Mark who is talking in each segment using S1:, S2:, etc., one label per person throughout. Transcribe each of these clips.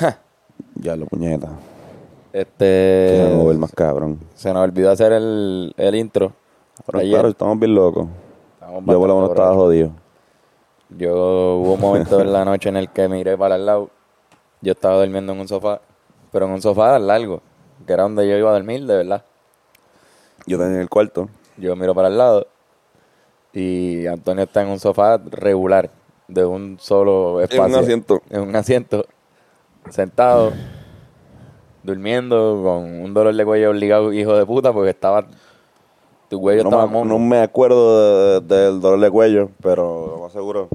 S1: Ja,
S2: Ya lo puñeta.
S1: Este.
S2: Quiero mover más cabrón.
S1: Se nos olvidó hacer el, el intro.
S2: Pero
S1: Ayer.
S2: claro, estamos bien locos.
S1: Estamos
S2: Yo por lo menos
S1: bastante
S2: estaba jodido.
S1: Yo hubo un momento en la noche en el que miré para el lado. Yo estaba durmiendo en un sofá, pero en un sofá largo, que era donde yo iba a dormir, de verdad.
S2: Yo tenía en el cuarto.
S1: Yo miro para el lado y Antonio está en un sofá regular, de un solo espacio.
S2: asiento.
S1: En un asiento, sentado, durmiendo, con un dolor de cuello obligado, hijo de puta, porque estaba. Tu cuello
S2: no,
S1: estaba
S2: me,
S1: mono.
S2: no me acuerdo de- de- del dolor de cuello, pero lo más seguro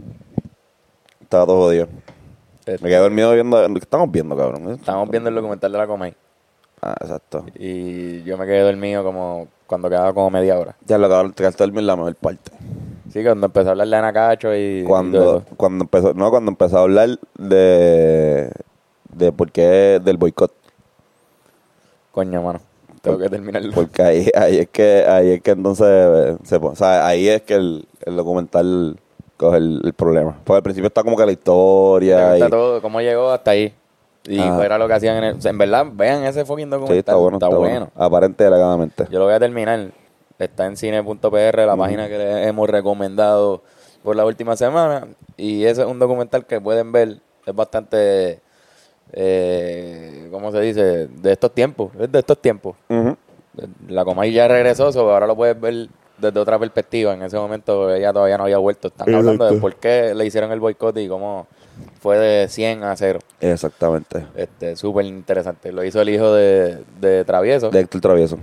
S2: estaba todo jodido.
S1: Este,
S2: Me quedé dormido viendo. ¿Qué estamos viendo, cabrón?
S1: Estábamos viendo el documental de la Comay.
S2: Ah, exacto.
S1: Y yo me quedé dormido como cuando quedaba como media hora.
S2: Ya lo acabaron de dormir la mejor parte.
S1: Sí, cuando empezó a hablarle a Nacacho y. y todo
S2: Cuando,
S1: eso.
S2: cuando empezó, no, cuando empezó a hablar de, de por qué del boicot.
S1: Coño, mano. Tengo que terminarlo.
S2: Porque ahí, ahí es que, ahí es que entonces eh, se pone- o sea, ahí es que el, el documental coge el, el problema. Porque al principio está como que la
S1: Me
S2: historia y
S1: gusta todo, cómo llegó hasta ahí. Y
S2: Ah.
S1: fuera lo que hacían en el. o sea, en verdad, vean ese fucking documental.
S2: sí, está bueno, está, bueno. Aparente y alegadamente.
S1: Yo lo voy a terminar. Está en cine.pr, la página que les hemos recomendado por la última semana. Y ese es un documental que pueden ver. Es bastante. Eh, ¿Cómo se dice? De estos tiempos. Es de estos tiempos.
S2: Ujú.
S1: La Comay ya regresó, so, ahora lo puedes ver desde otra perspectiva. En ese momento ella todavía no había vuelto. Están hablando de
S2: Exacto.
S1: por qué le hicieron el boicot y cómo fue de 100 a 0.
S2: Exactamente.
S1: Este, súper interesante. Lo hizo el hijo de, de Travieso.
S2: De Héctor Travieso.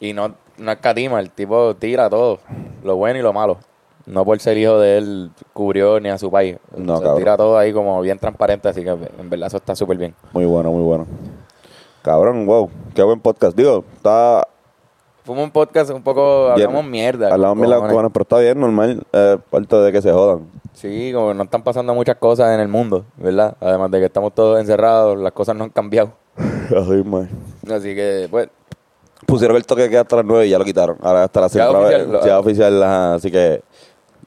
S1: Y no, no escatima, el tipo tira todo, lo bueno y lo malo. No por ser hijo de él cubrió ni a su país.
S2: No,
S1: Se
S2: cabrón.
S1: tira todo ahí como bien transparente, así que en verdad eso está súper bien.
S2: Muy bueno, muy bueno. Cabrón, wow. Qué buen podcast. Digo, está
S1: Fuimos un podcast un poco,
S2: Bien.
S1: hablamos mierda.
S2: hablamos mil
S1: cojones.
S2: cubanos, pero está bien, normal. Eh, parte de que se jodan.
S1: Sí, como no están pasando muchas cosas en el mundo, ¿verdad? Además de que estamos todos encerrados, las cosas no han cambiado.
S2: Así mismo es.
S1: Así que, pues,
S2: Pusieron el toque que hasta las 9 y ya lo quitaron. Ahora hasta las
S1: Ya
S2: 5 otra vez.
S1: oficial, lo-
S2: Ya oficial, ajá, así que.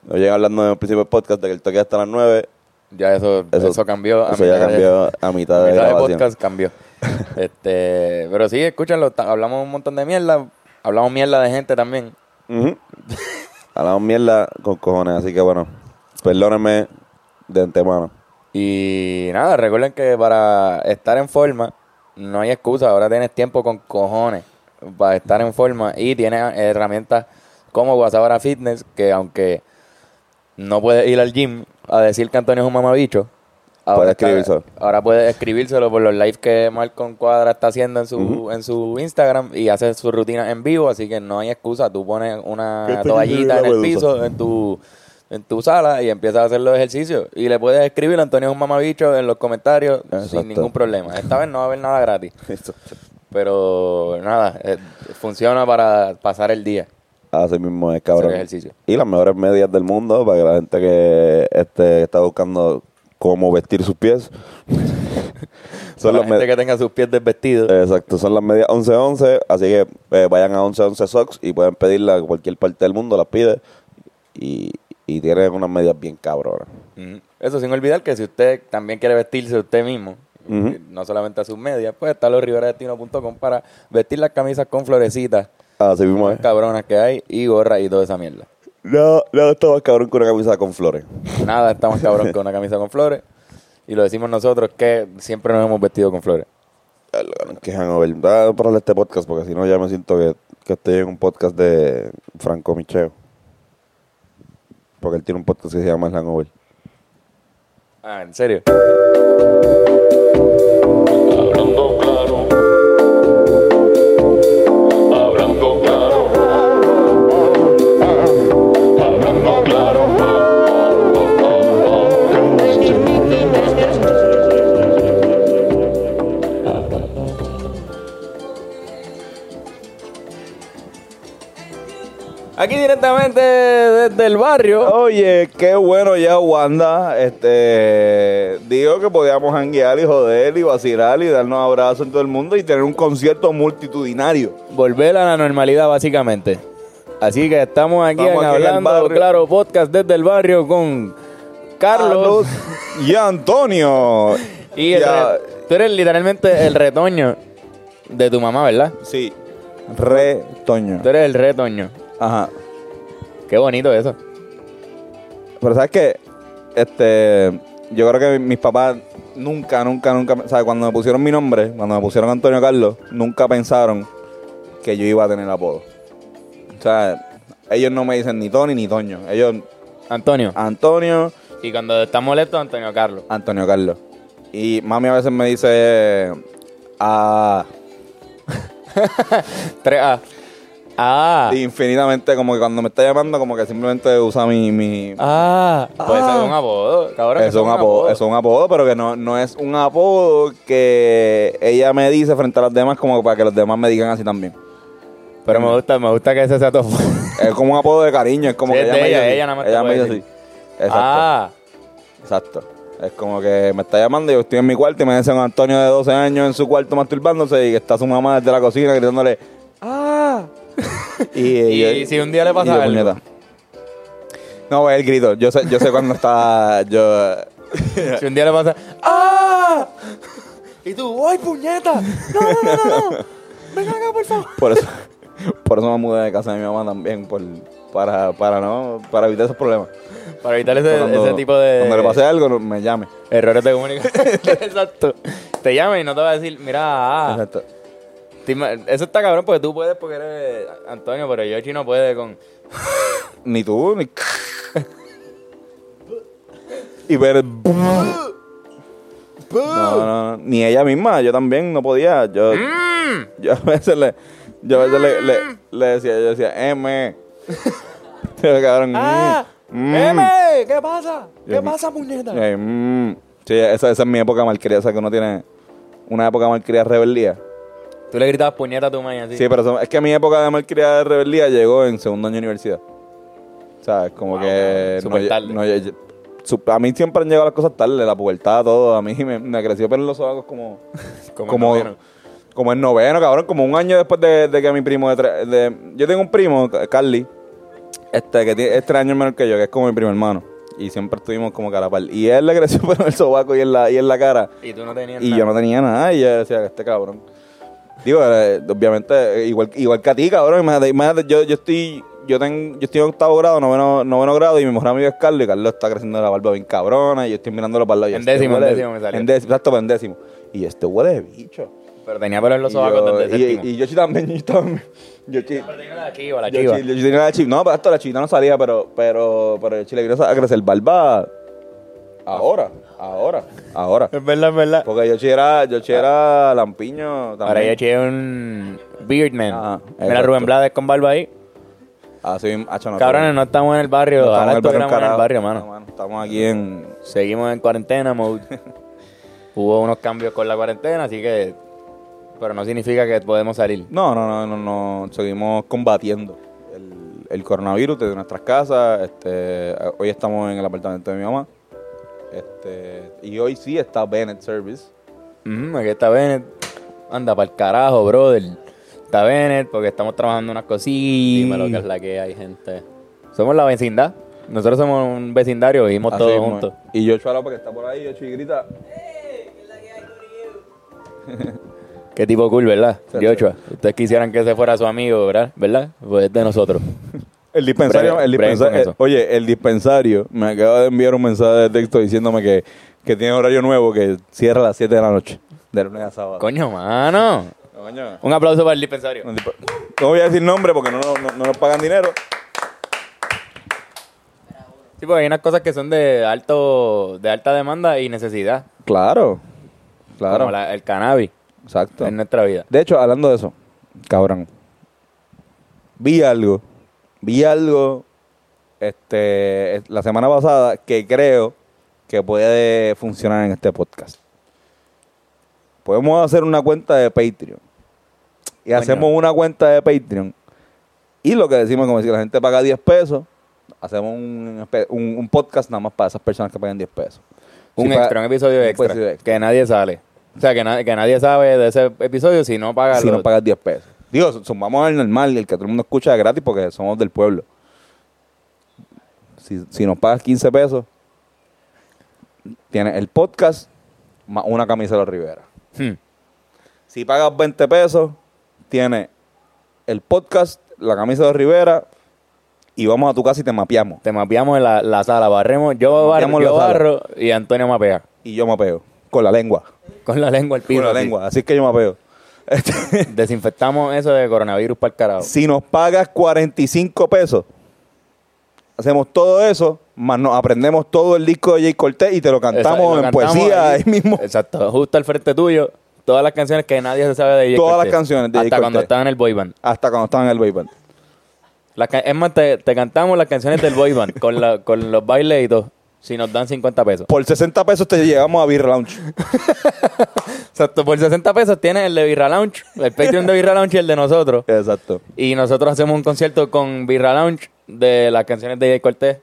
S2: Yo llegué hablando en el principio del podcast de que el toque hasta las 9.
S1: ya eso, eso,
S2: Eso-
S1: cambió. a
S2: eso ya
S1: mitad de-
S2: cambió a mitad de
S1: mitad de
S2: grabación.
S1: podcast cambió. este, pero sí, escúchenlo, ta- hablamos un montón de mierda, hablamos mierda de gente también.
S2: Ujú. Hablamos mierda con cojones, así que bueno. Perdónenme de antemano.
S1: Y nada, recuerden que para estar en forma no hay excusa, ahora tienes tiempo con cojones para estar en forma y tienes herramientas como Guasabara Fitness que aunque no puedes ir al gym a decir que Antonio es un mamabicho,
S2: Puedes
S1: ahora, está-
S2: escribírselo.
S1: ahora puedes escribírselo por los lives que Malcolm Cuadra está haciendo en su, en su Instagram y hace su rutina en vivo, así que no hay excusa, tú pones una
S2: ¿Qué te
S1: toallita
S2: dice
S1: en
S2: la
S1: el
S2: verdusa?
S1: piso, en tu, en tu sala y empiezas a hacer los ejercicios. Y le puedes escribir, Antonio es un mamabicho, en los comentarios
S2: Exacto.
S1: sin ningún problema. Esta vez no va a haber nada gratis. Pero nada, eh, funciona para pasar el día.
S2: Así mismo es, cabrón.
S1: Hacer ejercicio.
S2: Y las mejores medias del mundo para que la gente que este, está buscando cómo vestir sus pies.
S1: Para la
S2: las
S1: gente
S2: medias.
S1: que tenga sus pies desvestidos.
S2: Exacto, son las medias 11-11, así que eh, vayan a 11-11 Socks y pueden pedirla en cualquier parte del mundo, las pide y, y tienen unas medias bien cabronas.
S1: Mm. Eso sin olvidar que si usted también quiere vestirse usted mismo, eh,
S2: Ujú.
S1: no solamente a sus medias, pues está los riveradestino.com para vestir las camisas con florecitas,
S2: Así mismo es.
S1: cabronas que hay, y gorras y toda esa mierda.
S2: No, no, está más cabrón que una camisa con flores.
S1: Nada está más cabrón que una camisa con flores. Y lo decimos nosotros que siempre nos hemos vestido con flores.
S2: Ya lo ganan, Que hangover. Ah, para este podcast porque si no ya me siento que, que estoy en un podcast de Franco Micheo. Porque él tiene un podcast que se llama El Hangover.
S1: Ah, ¿en serio?
S3: Hablando claro. Hablando claro. Hablando claro.
S1: Aquí directamente desde el barrio.
S2: Oye, qué bueno ya, Wanda. Este, digo que podíamos hanguear y joder y vacilar y darnos abrazos en todo el mundo y tener un concierto multitudinario.
S1: Volver a la normalidad, básicamente. Así que estamos aquí
S2: Estamos
S1: en
S2: aquí en el
S1: Hablando
S2: barrio.
S1: Claro
S2: Ah,
S1: Podcast desde el barrio con Carlos.
S2: y Antonio.
S1: Y el
S2: Ya.
S1: re- tú eres literalmente el retoño de tu mamá, ¿verdad?
S2: Sí. Re Toño.
S1: Tú eres el retoño.
S2: Ajá.
S1: Qué bonito eso.
S2: Pero sabes que, este, yo creo que mis papás nunca, nunca, nunca, o sea, cuando me pusieron mi nombre, cuando me pusieron Antonio Carlos, nunca pensaron que yo iba a tener apodo. O sea, ellos no me dicen ni Tony ni Toño. Ellos,
S1: Antonio.
S2: Antonio,
S1: Y cuando estás molesto, Antonio Carlos.
S2: Antonio Carlos. Y mami a veces me dice, ah,
S1: 3A. Ah.
S2: infinitamente, como que cuando me está llamando, como que simplemente usa mi, mi,
S1: Ah. Pues eso es un apodo, cabrón.
S2: Eso es un apodo, eso es un apodo, pero que no, no es un apodo que ella me dice frente a las demás como para que los demás me digan así también.
S1: Pero me gusta, me gusta que ese sea tu apodo.
S2: Es como un apodo de cariño, es como
S1: Sí,
S2: que
S1: es
S2: ella,
S1: de
S2: me
S1: ella,
S2: dice así,
S1: ella nada más te
S2: ella me
S1: puede
S2: dice así.
S1: decir.
S2: Exacto,
S1: Ah.
S2: exacto. Es como que me está llamando, yo estoy en mi cuarto y me dicen Antonio de 12 años en su cuarto masturbándose y que está su mamá desde la cocina gritándole ¡Ah! y,
S1: Y si un día le pasa
S2: y yo,
S1: algo.
S2: puñeta. No, pues, el grito. Yo sé, yo sé cuando está... yo
S1: Si un día le pasa. ¡Ah! Y tú, ¡ay, puñeta! ¡No, no, no, no! no! ¡Ven acá, por favor!
S2: Por eso, por eso me mudé de casa de mi mamá también, por, para, para no, para evitar esos problemas.
S1: Para evitar ese,
S2: Cuando-
S1: ese tipo de.
S2: Cuando le pase algo, no- me llame.
S1: Errores de comunicación. Exacto. Te llama y no te va a decir, mira, ah.
S2: Exacto.
S1: Te ima- Eso está cabrón porque tú puedes porque eres Antonio, pero Yoshi no puede con.
S2: Ni tú, ni... y ver... el- No, no, no, ni ella misma, yo también no podía. Yo,
S1: Mm.
S2: yo a veces le, yo a veces le, le- le decía, yo decía, M. Pero cabrón, mm,
S1: ¡Ah!
S2: mm.
S1: ¡M! ¿Qué pasa? ¿Qué
S2: Yo-
S1: pasa, puñeta?
S2: Ey, mm. Sí, esa, esa es mi época malcriada, esa que uno tiene una época malcriada de rebeldía.
S1: Tú le gritabas puñeta a tu maña así.
S2: Sí, pero eso- es que mi época de malcriada de rebeldía llegó en segundo año de universidad. O sea, es como que...
S1: Ah, Súper
S2: lle-
S1: tarde.
S2: lle- lle- su- a mí siempre han llegado las cosas tarde, la pubertad, todo. A mí me, me creció pero en los ojos como...
S1: Como
S2: como,
S1: el noveno.
S2: como el noveno, cabrón. Como un año después de, de que mi primo... De, tre- de- yo tengo un primo, Ca- Carly, este, que tiene, es tres años menor que yo, que es como mi primo hermano. Y siempre estuvimos como cara a par. Y él le creció pero en el sobaco y en la, y en la cara.
S1: Y tú no tenías
S2: Y
S1: nada.
S2: yo no tenía nada y yo decía, este cabrón. Digo, eh, obviamente, eh, igual, igual que a ti, cabrón. Imagínate, imagínate, yo, yo estoy yo tengo, yo estoy en octavo grado, noveno, noveno grado, y mi mejor amigo es Carlos, y Carlos está creciendo la barba bien cabrona, y yo estoy mirándolo para el lado. y
S1: En
S2: este
S1: décimo, en
S2: huele-
S1: décimo me salió.
S2: En décimo, exacto, pues en décimo. Y este huele de bicho.
S1: Pero tenía pelo en los
S2: Y
S1: sobacos
S2: yo-
S1: desde
S2: y,
S1: séptimo.
S2: y yo sí también, yo también. Yo sí-
S1: Pero tenía la chiva, la
S2: yo
S1: chiva.
S2: sí- yo sí tenía la chivita. No, pero hasta la chivita no salía, pero, pero, pero el chile a crecer barba ahora, ahora, ahora.
S1: Es verdad, es verdad.
S2: Porque Yoshi era, Yoshi era lampiño también.
S1: Ahora yo eché un Beardman.
S2: Ajá,
S1: Mira
S2: exacto.
S1: Rubén Blades con barba ahí.
S2: Así mismo, hacho, no,
S1: Cabrones, no estamos en el barrio.
S2: ah, estamos en
S1: Ahora
S2: el barrio
S1: estuviéramos en el
S2: carajo.
S1: barrio,
S2: No,
S1: mano.
S2: mano, Estamos aquí en...
S1: Seguimos en cuarentena mode. Hubo unos cambios con la cuarentena, así que. Pero no significa que podemos salir.
S2: No, no, no, no, no. Seguimos combatiendo el, el coronavirus desde nuestras casas. Este, eh, hoy estamos en el apartamento de mi mamá. Este, y hoy sí está Bennett Service.
S1: Ujú, aquí está Bennett. Anda, para el carajo, brother. Está Bennett, porque estamos trabajando unas cosillas.
S4: Dime lo que es la que hay, gente.
S1: Somos la vecindad. Nosotros somos un vecindario, vivimos
S2: Así
S1: todos
S2: mismo
S1: juntos.
S2: es. Y Yoshi ahora porque está por ahí, Yoshi grita.
S1: Qué tipo cool, ¿verdad?
S2: Sí,
S1: Yoshua. Ustedes quisieran que ese fuera su amigo, ¿verdad? ¿Verdad? Pues es de nosotros.
S2: El dispensario,
S1: Breve,
S2: el
S1: breve
S2: dispensa-
S1: con eso.
S2: eh, oye, el dispensario me acaba de enviar un mensaje de texto diciéndome que, que tiene horario nuevo, que cierra a las 7 de la noche, de lunes a sábado.
S1: Coño, mano.
S2: Coño.
S1: Un aplauso para el dispensario.
S2: No voy a decir nombre porque no, no, no nos pagan dinero.
S1: Sí, porque hay unas cosas que son de alto, de alta demanda y necesidad.
S2: Claro,
S1: Como la- el cannabis
S2: exacto.
S1: en nuestra vida.
S2: De hecho, hablando de eso, cabrón, vi algo, vi algo este, la semana pasada que creo que puede funcionar en este podcast. Podemos hacer una cuenta de Patreon. Y
S1: Coño.
S2: hacemos una cuenta de Patreon. Y lo que decimos, como si la gente paga 10 pesos, hacemos un, espe- un- un podcast nada más para esas personas que pagan 10 pesos.
S1: Un
S2: Si paga-
S1: extra, un episodio
S2: un
S1: extra,
S2: episodio extra.
S1: Que nadie sale. O sea, que, na- que nadie sabe de ese episodio si no paga
S2: si
S1: los-
S2: no pagas 10 pesos. Digo, su- sumamos al normal, el que todo el mundo escucha de gratis porque somos del pueblo. Si, si nos pagas 15 pesos, tienes el podcast más una camisa de los Rivera.
S1: Hmm.
S2: Si pagas 20 pesos, tienes el podcast, la camisa de los Rivera, y vamos a tu casa y te mapeamos.
S1: Te mapeamos en la, la sala, barremos, yo, barro,
S2: Mapeamos
S1: yo
S2: la sala.
S1: barro y Antonio mapea.
S2: Y yo mapeo, con la lengua.
S1: Con la lengua al piso.
S2: con la
S1: así.
S2: lengua, así que yo mapeo. Este,
S1: Desinfectamos eso de coronavirus para el carajo.
S2: si nos pagas 45 pesos, hacemos todo eso, más nos aprendemos todo el disco de Jay Cortés y te lo
S1: Esa-
S2: cantamos en
S1: lo cantamos
S2: poesía
S1: ahí. Eh,
S2: ahí mismo.
S1: Exacto, justo al frente tuyo. Todas las canciones que nadie se sabe de Jay
S2: Todas las
S1: Cortés.
S2: canciones de Jay
S1: Hasta cuando
S2: Cortés.
S1: estaba en el boy band.
S2: Hasta cuando estaban en el boy band.
S1: Las ca- es más, te, te cantamos las canciones del boy band con, la- con los bailes y todo. Si nos dan 50 pesos.
S2: Por 60 pesos te llevamos a Beer Lounge.
S1: Exacto, por 60 pesos tienes el de Birra Lounge, el Patreon de Birra Lounge y el de nosotros.
S2: Exacto.
S1: Y nosotros hacemos un concierto con Birra Lounge de las canciones de Jay Cortés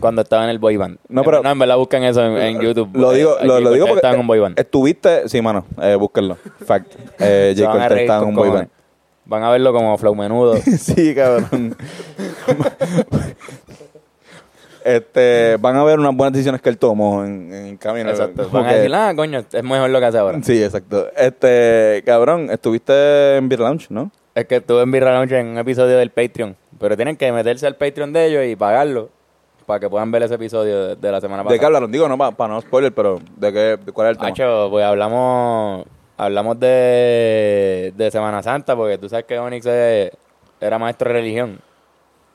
S1: cuando estaba en el boy band.
S2: No, pero-
S1: No, en verdad buscan eso en, en YouTube.
S2: Lo
S1: Eh,
S2: digo,
S1: Jay
S2: lo, lo
S1: Cortés
S2: digo porque este,
S1: Estaba en un boy band.
S2: estuviste, sí, mano, eh, búsquenlo. Fact. Eh,
S1: Se
S2: Jay
S1: van a
S2: Cortez
S1: reír
S2: estaba en
S1: con
S2: un boy
S1: cojones.
S2: band.
S1: Van a verlo como flow menudo.
S2: sí, cabrón. este, van a ver unas buenas decisiones que él tomó en, en el camino.
S1: Exacto. Van a
S2: Porque-
S1: decir, ah, coño, es mejor lo que hace ahora.
S2: Sí, exacto. Este, cabrón, estuviste en Beer Lounge, ¿no?
S1: Es que estuve en Birra Lounge en un episodio del Patreon. Pero tienen que meterse al Patreon de ellos y pagarlo para que puedan ver ese episodio de, de la semana pasada.
S2: ¿De qué hablaron? Digo, no, para no spoiler, pero ¿de qué, de cuál es el tema?
S1: Hacho, pues hablamos, hablamos de, de Semana Santa, porque tú sabes que Onyx es- era maestro de religión.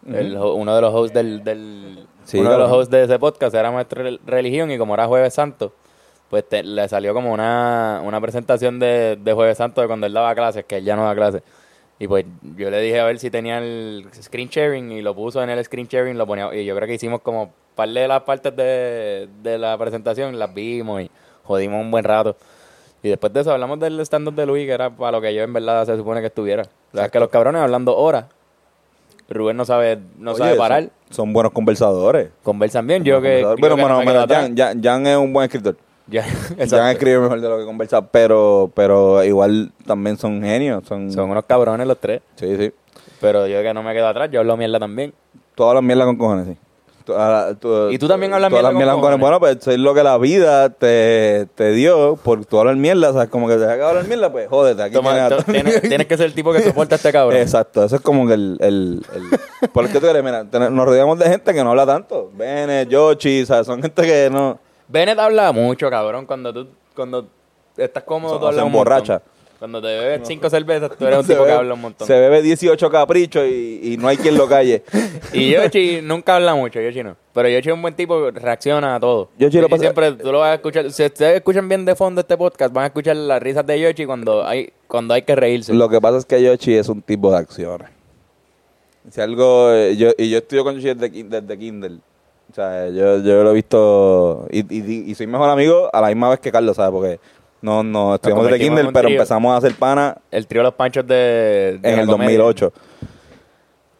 S1: El ho- uno de los hosts del, del-
S2: Sí,
S1: uno de los
S2: cabrón.
S1: hosts de ese podcast era maestro de religión y como era Jueves Santo, pues te- le salió como una, una presentación de, de Jueves Santo de cuando él daba clases, que él ya no da clases. Y pues yo le dije a ver si tenía el screen sharing y lo puso en el screen sharing, lo ponía, y yo creo que hicimos como un par de las partes de, de la presentación, las vimos y jodimos un buen rato. Y después de eso hablamos del stand-up de Luis, que era para lo que yo en verdad se supone que estuviera. O sea, que los cabrones hablando horas. Rubén no sabe, no
S2: Oye,
S1: sabe parar.
S2: Son, son buenos conversadores.
S1: Conversan bien. Yo que. yo
S2: bueno,
S1: que
S2: bueno,
S1: no me
S2: bueno,
S1: quedo atrás.
S2: Jan, Jan- Jan es un buen escritor.
S1: Ya,
S2: Jan
S1: exacto.
S2: escribe mejor de lo que conversa, pero, pero igual también son genios. Son,
S1: Son unos cabrones los tres.
S2: Sí, sí.
S1: Pero yo que no me quedo atrás, yo hablo mierda también.
S2: Tú hablas mierda con cojones, sí. Tú- ah, tú-
S1: Y tú también hablas mierda con cojones.
S2: Bueno, pues eso es lo que la vida te, te dio por tú hablar mierda. O sea, como que te dejas hablar mierda, pues jódete. Aquí
S1: Toma,
S2: tienes a-
S1: to- tienes, tienes que ser el tipo que soporta a este cabrón.
S2: Exacto, eso es como que el... el, el ¿Por qué tú crees? Mira, ten- nos rodeamos de gente que no habla tanto. Bene, Yoshi, o sea, son gente que no...
S1: Bennett habla mucho, cabrón. Cuando tú cuando estás cómodo,
S2: Se-
S1: tú hablas
S2: se
S1: un montón.
S2: emborracha.
S1: Cuando te bebes cinco cervezas, tú eres un
S2: se
S1: tipo que
S2: bebe-
S1: habla un montón.
S2: Se bebe 18 caprichos y, y no hay quien lo calle.
S1: Y Yoshi nunca habla mucho, Yoshi no. Pero Yoshi es un buen tipo, reacciona a todo.
S2: Yoshi lo pasa-
S1: siempre tú lo vas a escuchar. Si ustedes escuchan bien de fondo este podcast, van a escuchar las risas de Yoshi cuando hay, cuando hay que reírse.
S2: Lo que pasa es que Yoshi es un tipo de acciones. Si algo, eh, yo, y yo estudio con Yoshi desde, ki- desde Kindle. O sea, eh, yo, yo lo he visto y, y- y soy mejor amigo a la misma vez que Carlos, ¿sabes? Porque no, no estudiamos desde
S1: convertimos en
S2: Kindle,
S1: un
S2: pero
S1: trío.
S2: empezamos a hacer pana
S1: El trío Los Panchos de, de
S2: en
S1: la
S2: el
S1: comedia.
S2: 2008.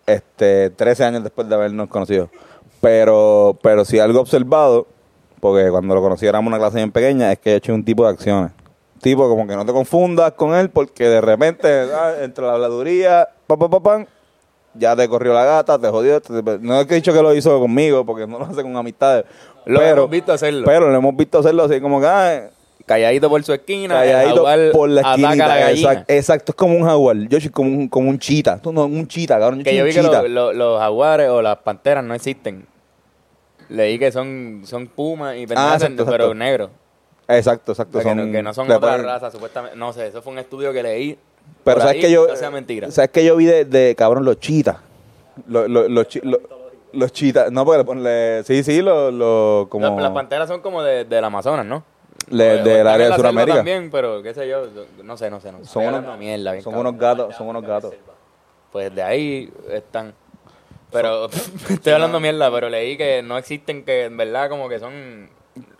S2: Este, 13 años después de habernos conocido. Pero, pero si algo he observado, porque cuando lo conocí éramos una clase bien pequeña, es que he hecho un tipo de acciones. Tipo, como que no te confundas con él, porque de repente, ah, entre la habladuría, pa, pa, pa, pan, ya te corrió la gata, te jodió. te- te- no es que he dicho que lo hizo conmigo, porque no lo hace con amistades.
S1: Lo
S2: pero,
S1: hemos visto hacerlo.
S2: Pero lo hemos visto hacerlo así como que, ah,
S1: Calladito por su esquina.
S2: Calladito
S1: el jaguar
S2: por la esquina.
S1: Ataca a la gallina.
S2: Exacto, exacto, es como un jaguar. Yo soy como un, como un chita. Tú no, un chita, cabrón. Yo
S1: Que
S2: soy
S1: yo
S2: un
S1: vi que lo-
S2: chita.
S1: lo- los jaguares o las panteras no existen. Leí que son, son pumas y pendejas,
S2: Ah, exacto,
S1: pero
S2: exacto.
S1: negros.
S2: Exacto, exacto.
S1: O sea, que, no, que no son
S2: le
S1: otra
S2: ponen-
S1: raza, supuestamente. No sé, eso fue un estudio que leí.
S2: Pero
S1: Por
S2: sabes
S1: ahí,
S2: que yo.
S1: No sea mentira.
S2: Sabes que yo vi de, de, cabrón los chitas. Los, los, los, chi- los- los chitas. No, porque le ponen. le- sí, sí, los. los como.
S1: Las, las panteras son como de, del Amazonas, ¿no?
S2: le-
S1: O- o
S2: del
S1: están
S2: área
S1: en
S2: de
S1: la selva
S2: Sudamérica.
S1: También, pero qué sé yo, no sé, no sé. No
S2: Son
S1: sé. Estoy
S2: unos-
S1: hablando mierda, bien
S2: son
S1: cabrón.
S2: unos gatos. Son unos gatos.
S1: Pues de ahí están. Pero estoy hablando mierda, pero leí que no existen, que en verdad como que son.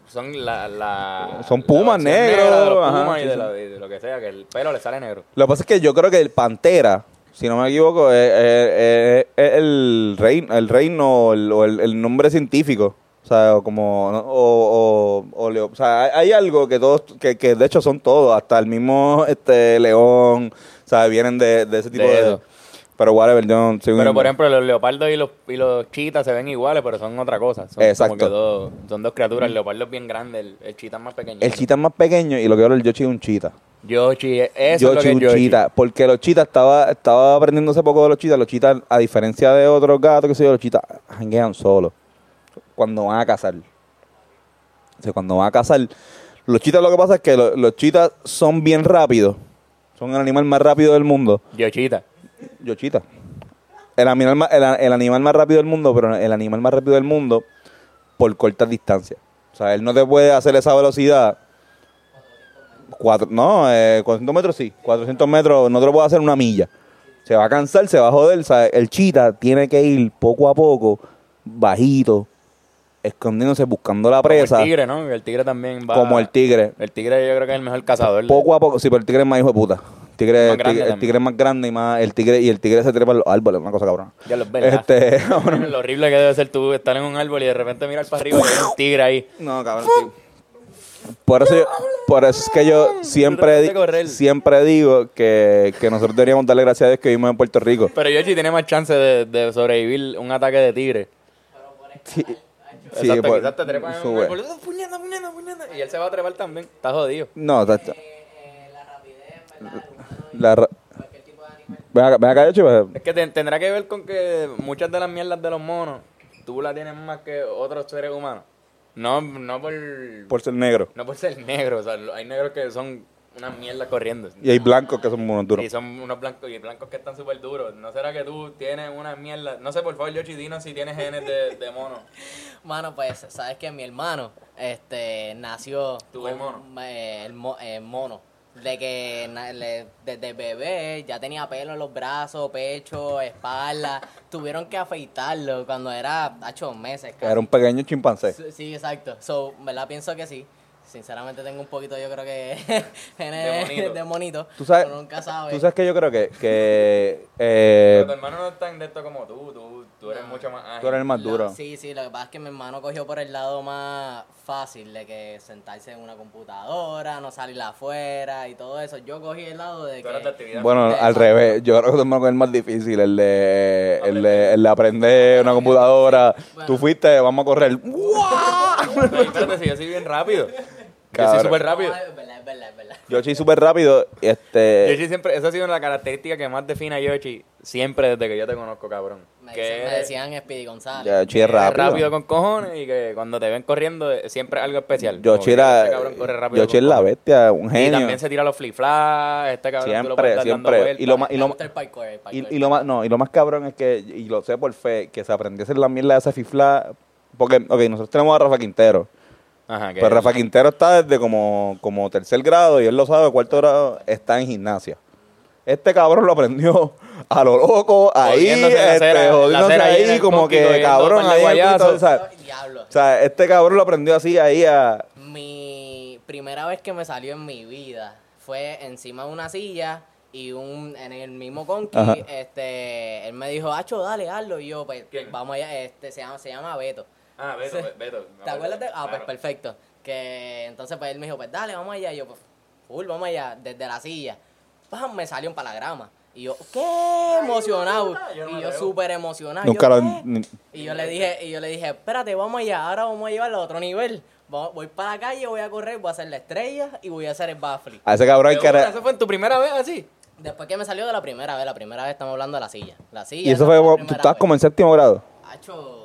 S1: Son la. la
S2: Son
S1: la
S2: pumas
S1: versión
S2: negros,
S1: negra de los
S2: ajá,
S1: pumas y
S2: sí,
S1: de,
S2: sí.
S1: la- y de lo que sea, que el pelo le sale negro.
S2: Lo que pasa es que yo creo que el Pantera, si no me equivoco, es, es- es- es el reino, el reino o el, o el- el nombre científico. O sea, o como. ¿no? O, o- o leo- o sea, hay, hay algo que todos. Que, que de hecho son todos. Hasta el mismo este león. O sea, vienen de, de ese tipo
S1: De
S2: de.
S1: eso.
S2: Pero whatever, yo no soy un-
S1: Pero por ejemplo, los leopardos y los, y los chitas se ven iguales, pero son otra cosa. Son como
S2: Exacto.
S1: que dos, son dos criaturas. El leopardo es bien grande, el, el chita es más pequeño.
S2: El chita es más pequeño y lo que hablo el Yoshi es un chita.
S1: Yoshi, eso es
S2: Yoshi
S1: lo que
S2: es
S1: es
S2: un
S1: Yoshi.
S2: chita. Porque los chitas, estaba, estaba aprendiendo hace poco de los chitas. Los chitas, a diferencia de otros gatos, que sé yo, los chitas janguean solos. Cuando van a cazar. O sea, cuando van a cazar. Los chitas lo que pasa es que lo- los chitas son bien rápidos. Son el animal más rápido del mundo.
S1: Yoshita.
S2: Yochita. El animal, ma- el, a- el animal más rápido del mundo, pero el animal más rápido del mundo por cortas distancias. O sea, él no te puede hacer esa velocidad. Cuatro, no, eh, 400 metros sí. 400 metros no te lo puede hacer en una milla. Se va a cansar, se va a joder. o sea, El chita tiene que ir poco a poco, bajito, escondiéndose, buscando la presa.
S1: Como el tigre, ¿no? El tigre también va.
S2: Como el tigre.
S1: El tigre yo creo que es el mejor cazador.
S2: Poco a poco, sí, pero el tigre es más hijo de puta. El tigre,
S1: Más
S2: el tigre-
S1: grande
S2: el tigre es más grande y más el tigre y el tigre se trepa en los árboles, una cosa cabrona.
S1: Ya los ves.
S2: Este,
S1: Lo horrible que debe ser tú estar en un árbol y de repente mirar para arriba y ver un tigre ahí.
S2: no, cabrón. sí. Por eso, yo- por eso es que yo siempre,
S1: Trataste de correr.
S2: di- siempre digo que, que nosotros deberíamos darle gracias a Dios que vivimos en Puerto Rico.
S1: Pero Yoshi tiene más chance de, de sobrevivir un ataque de tigre.
S2: Sí, sí,
S1: Exacto,
S2: por-
S1: quizás te trepas en un
S2: sube.
S1: árbol. ¡Ah, puñeta, puñeta, puñeta! Y él se va a trepar también. Está jodido.
S2: No, está- está- la ra- Ven acá, ven acá, Yoshi, pues,
S1: Es que ten- tendrá que ver con que muchas de las mierdas de los monos, tú la tienes más que otros seres humanos. No, no por,
S2: por ser negro.
S1: no por ser negro, o sea, lo- hay negros que son una mierda corriendo.
S2: Y hay blancos que son monos duros.
S1: Y son unos blancos y blancos que están súper duros. ¿No será que tú tienes una mierda? No sé, por favor, Yoshi, dinos si tienes genes de, de mono.
S5: Mano, pues, sabes que mi hermano, este, nació.
S1: Tuvo el
S5: con- eh, el, mo- el mono. De que na- le- desde bebé ya tenía pelo en los brazos, pecho, espalda. Tuvieron que afeitarlo cuando era, ocho meses. casi.
S2: Era un pequeño chimpancé.
S5: Sí, sí, exacto. So, ¿verdad? Pienso que sí. Sinceramente tengo un poquito, yo creo que...
S1: De
S5: genes
S1: monito.
S5: de monito.
S2: Tú sabes,
S5: Uno nunca sabe.
S2: tú sabes que yo creo que, que, eh,
S1: Pero tu hermano no es tan de esto como tú, tú, tú eres mucho más ágil.
S2: tú eres el más
S5: Lo-
S2: duro.
S5: sí, sí, lo que pasa es que mi hermano cogió por el lado más fácil de que sentarse en una computadora, no salir afuera y todo eso. Yo cogí el lado de
S1: Tú eres de
S5: que...
S1: actividad.
S2: Bueno, al revés, yo creo que tu hermano es el más difícil, el de, el de, el de aprender una computadora. Tú fuiste, vamos a correr. ¡Guau!
S1: Ey, espérate, si yo soy bien rápido. Yo soy
S2: Cabrón.
S1: súper rápido.
S5: No, es verdad, es verdad, es verdad.
S2: Yo soy súper rápido. Este,
S1: Yoshi siempre, esa ha sido la característica que más define a Yoshi siempre desde que yo te conozco, cabrón.
S5: Me,
S1: que
S5: dicen- me
S1: eres-
S5: decían Speedy González.
S2: Yoshi es
S1: eres rápido.
S2: rápido.
S1: con cojones y que cuando te ven corriendo eh, siempre es algo especial. Como
S2: Yoshi
S1: que
S2: era, eh,
S1: este cabrón corre rápido
S2: Yoshi es
S1: con
S2: la
S1: cojones.
S2: bestia, un
S1: Y
S2: genio.
S1: también se tira los flip-flaps, este cabrón tú lo
S2: Siempre,
S1: puedes estar
S2: siempre.
S1: dando
S2: Y lo más-
S1: vueltas.
S2: y
S5: Me
S2: lo-
S5: gusta el parkour, el parkour.
S2: Y, y lo más, no, y lo más cabrón es que, y lo sé por fe, que se aprendió a hacer la mierda de esa fifla. Porque, ok, nosotros tenemos a Rafa Quintero.
S1: Ajá, que
S2: Pero Pues Rafa Quintero está desde como, como tercer grado y él lo sabe, cuarto grado está en gimnasia. Este cabrón lo aprendió a lo loco, ahí,
S1: Jodiéndose la
S2: este,
S1: acera, la
S2: jodiéndose
S1: acera ahí en
S2: ahí,
S1: el
S2: como
S1: Cónquico,
S2: que
S1: yendo
S2: cabrón,
S1: para el
S2: ahí en el
S1: guayazo.
S2: pito, o sea,
S5: Diablo.
S2: o sea, este cabrón lo aprendió así, ahí a...
S5: Mi primera vez que me salió en mi vida fue encima de una silla y un en el mismo conqui,
S2: Ajá.
S5: este, él me dijo, Acho, dale, hazlo. Y yo, pues,
S1: ¿Quién?
S5: vamos allá, este, se llama, se llama Beto.
S1: Ah, Beto, Beto, Beto.
S5: ¿Te acuerdas de? Ah, pues
S1: Claro.
S5: perfecto. Que entonces pues él me dijo, pues dale, vamos allá. Y yo, pues, full, vamos allá, desde la silla. Pam, me salió un palagrama. Y yo, qué emocionado.
S1: puta, yo no me
S5: y yo
S1: atrevo.
S5: súper emocionado.
S2: Nunca
S5: Yo,
S2: lo...
S5: ¿qué?
S2: ni-
S5: Y yo le dije, y yo le dije, espérate, vamos allá, ahora vamos a llevarlo a otro nivel. Va- Voy para la calle, voy a correr, voy a hacer la estrella y voy a hacer el backflip.
S2: A ese cabrón hay
S1: De
S2: que...
S1: una,
S2: re-
S1: ¿Eso fue en tu primera vez así?
S5: Después que me salió de la primera vez, la primera vez estamos hablando de la silla. La silla.
S2: Y eso
S5: esa
S2: fue
S5: la
S2: como... Tú
S5: primera
S2: estabas
S5: vez.
S2: como en séptimo grado.
S5: Acho.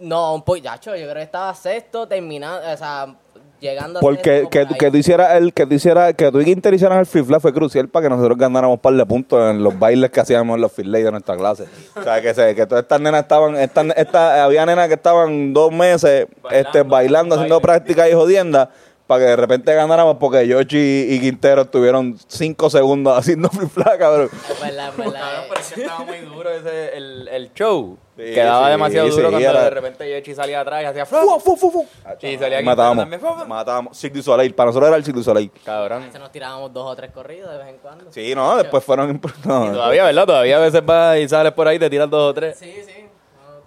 S5: No, un poquito, yo creo que estaba sexto, terminando, o sea, llegando a
S2: Porque
S5: sexto,
S2: que,
S5: por ahí.
S2: que tú hicieras el... Que tú hicieras... Que tú y Quintero hicieran el free fly fue crucial para que nosotros ganáramos un par de puntos en los bailes que hacíamos en los free de nuestra clase. O sea, que, se, que todas estas nenas estaban... Estas, esta- había nenas que estaban dos meses
S1: Bailando,
S2: este, bailando, haciendo
S1: baile.
S2: prácticas y jodienda para que de repente ganáramos porque Yoshi y Quintero estuvieron cinco segundos haciendo free fly, cabrón.
S5: Es verdad, es verdad,
S1: Cabrón,
S5: eh.
S1: pero es que estaba muy duro ese, el, el show.
S2: Sí,
S1: Quedaba
S2: sí,
S1: demasiado duro
S2: sí,
S1: cuando
S2: era-
S1: de repente Yoshi salía atrás y hacía...
S2: Fu, Oh, fu, fu, fu.
S1: Y salía Quintero
S2: matábamos,
S1: también, fu, fu.
S2: matábamos. Cirque du Soleil, para nosotros era el Cirque du Soleil.
S1: Cabrón.
S5: Entonces nos tirábamos dos o tres corridos de vez en cuando.
S2: Sí, no, después fueron... no.
S1: Todavía, ¿verdad? Todavía a veces vas y sales por ahí, te tiras dos o tres.
S5: Sí, sí.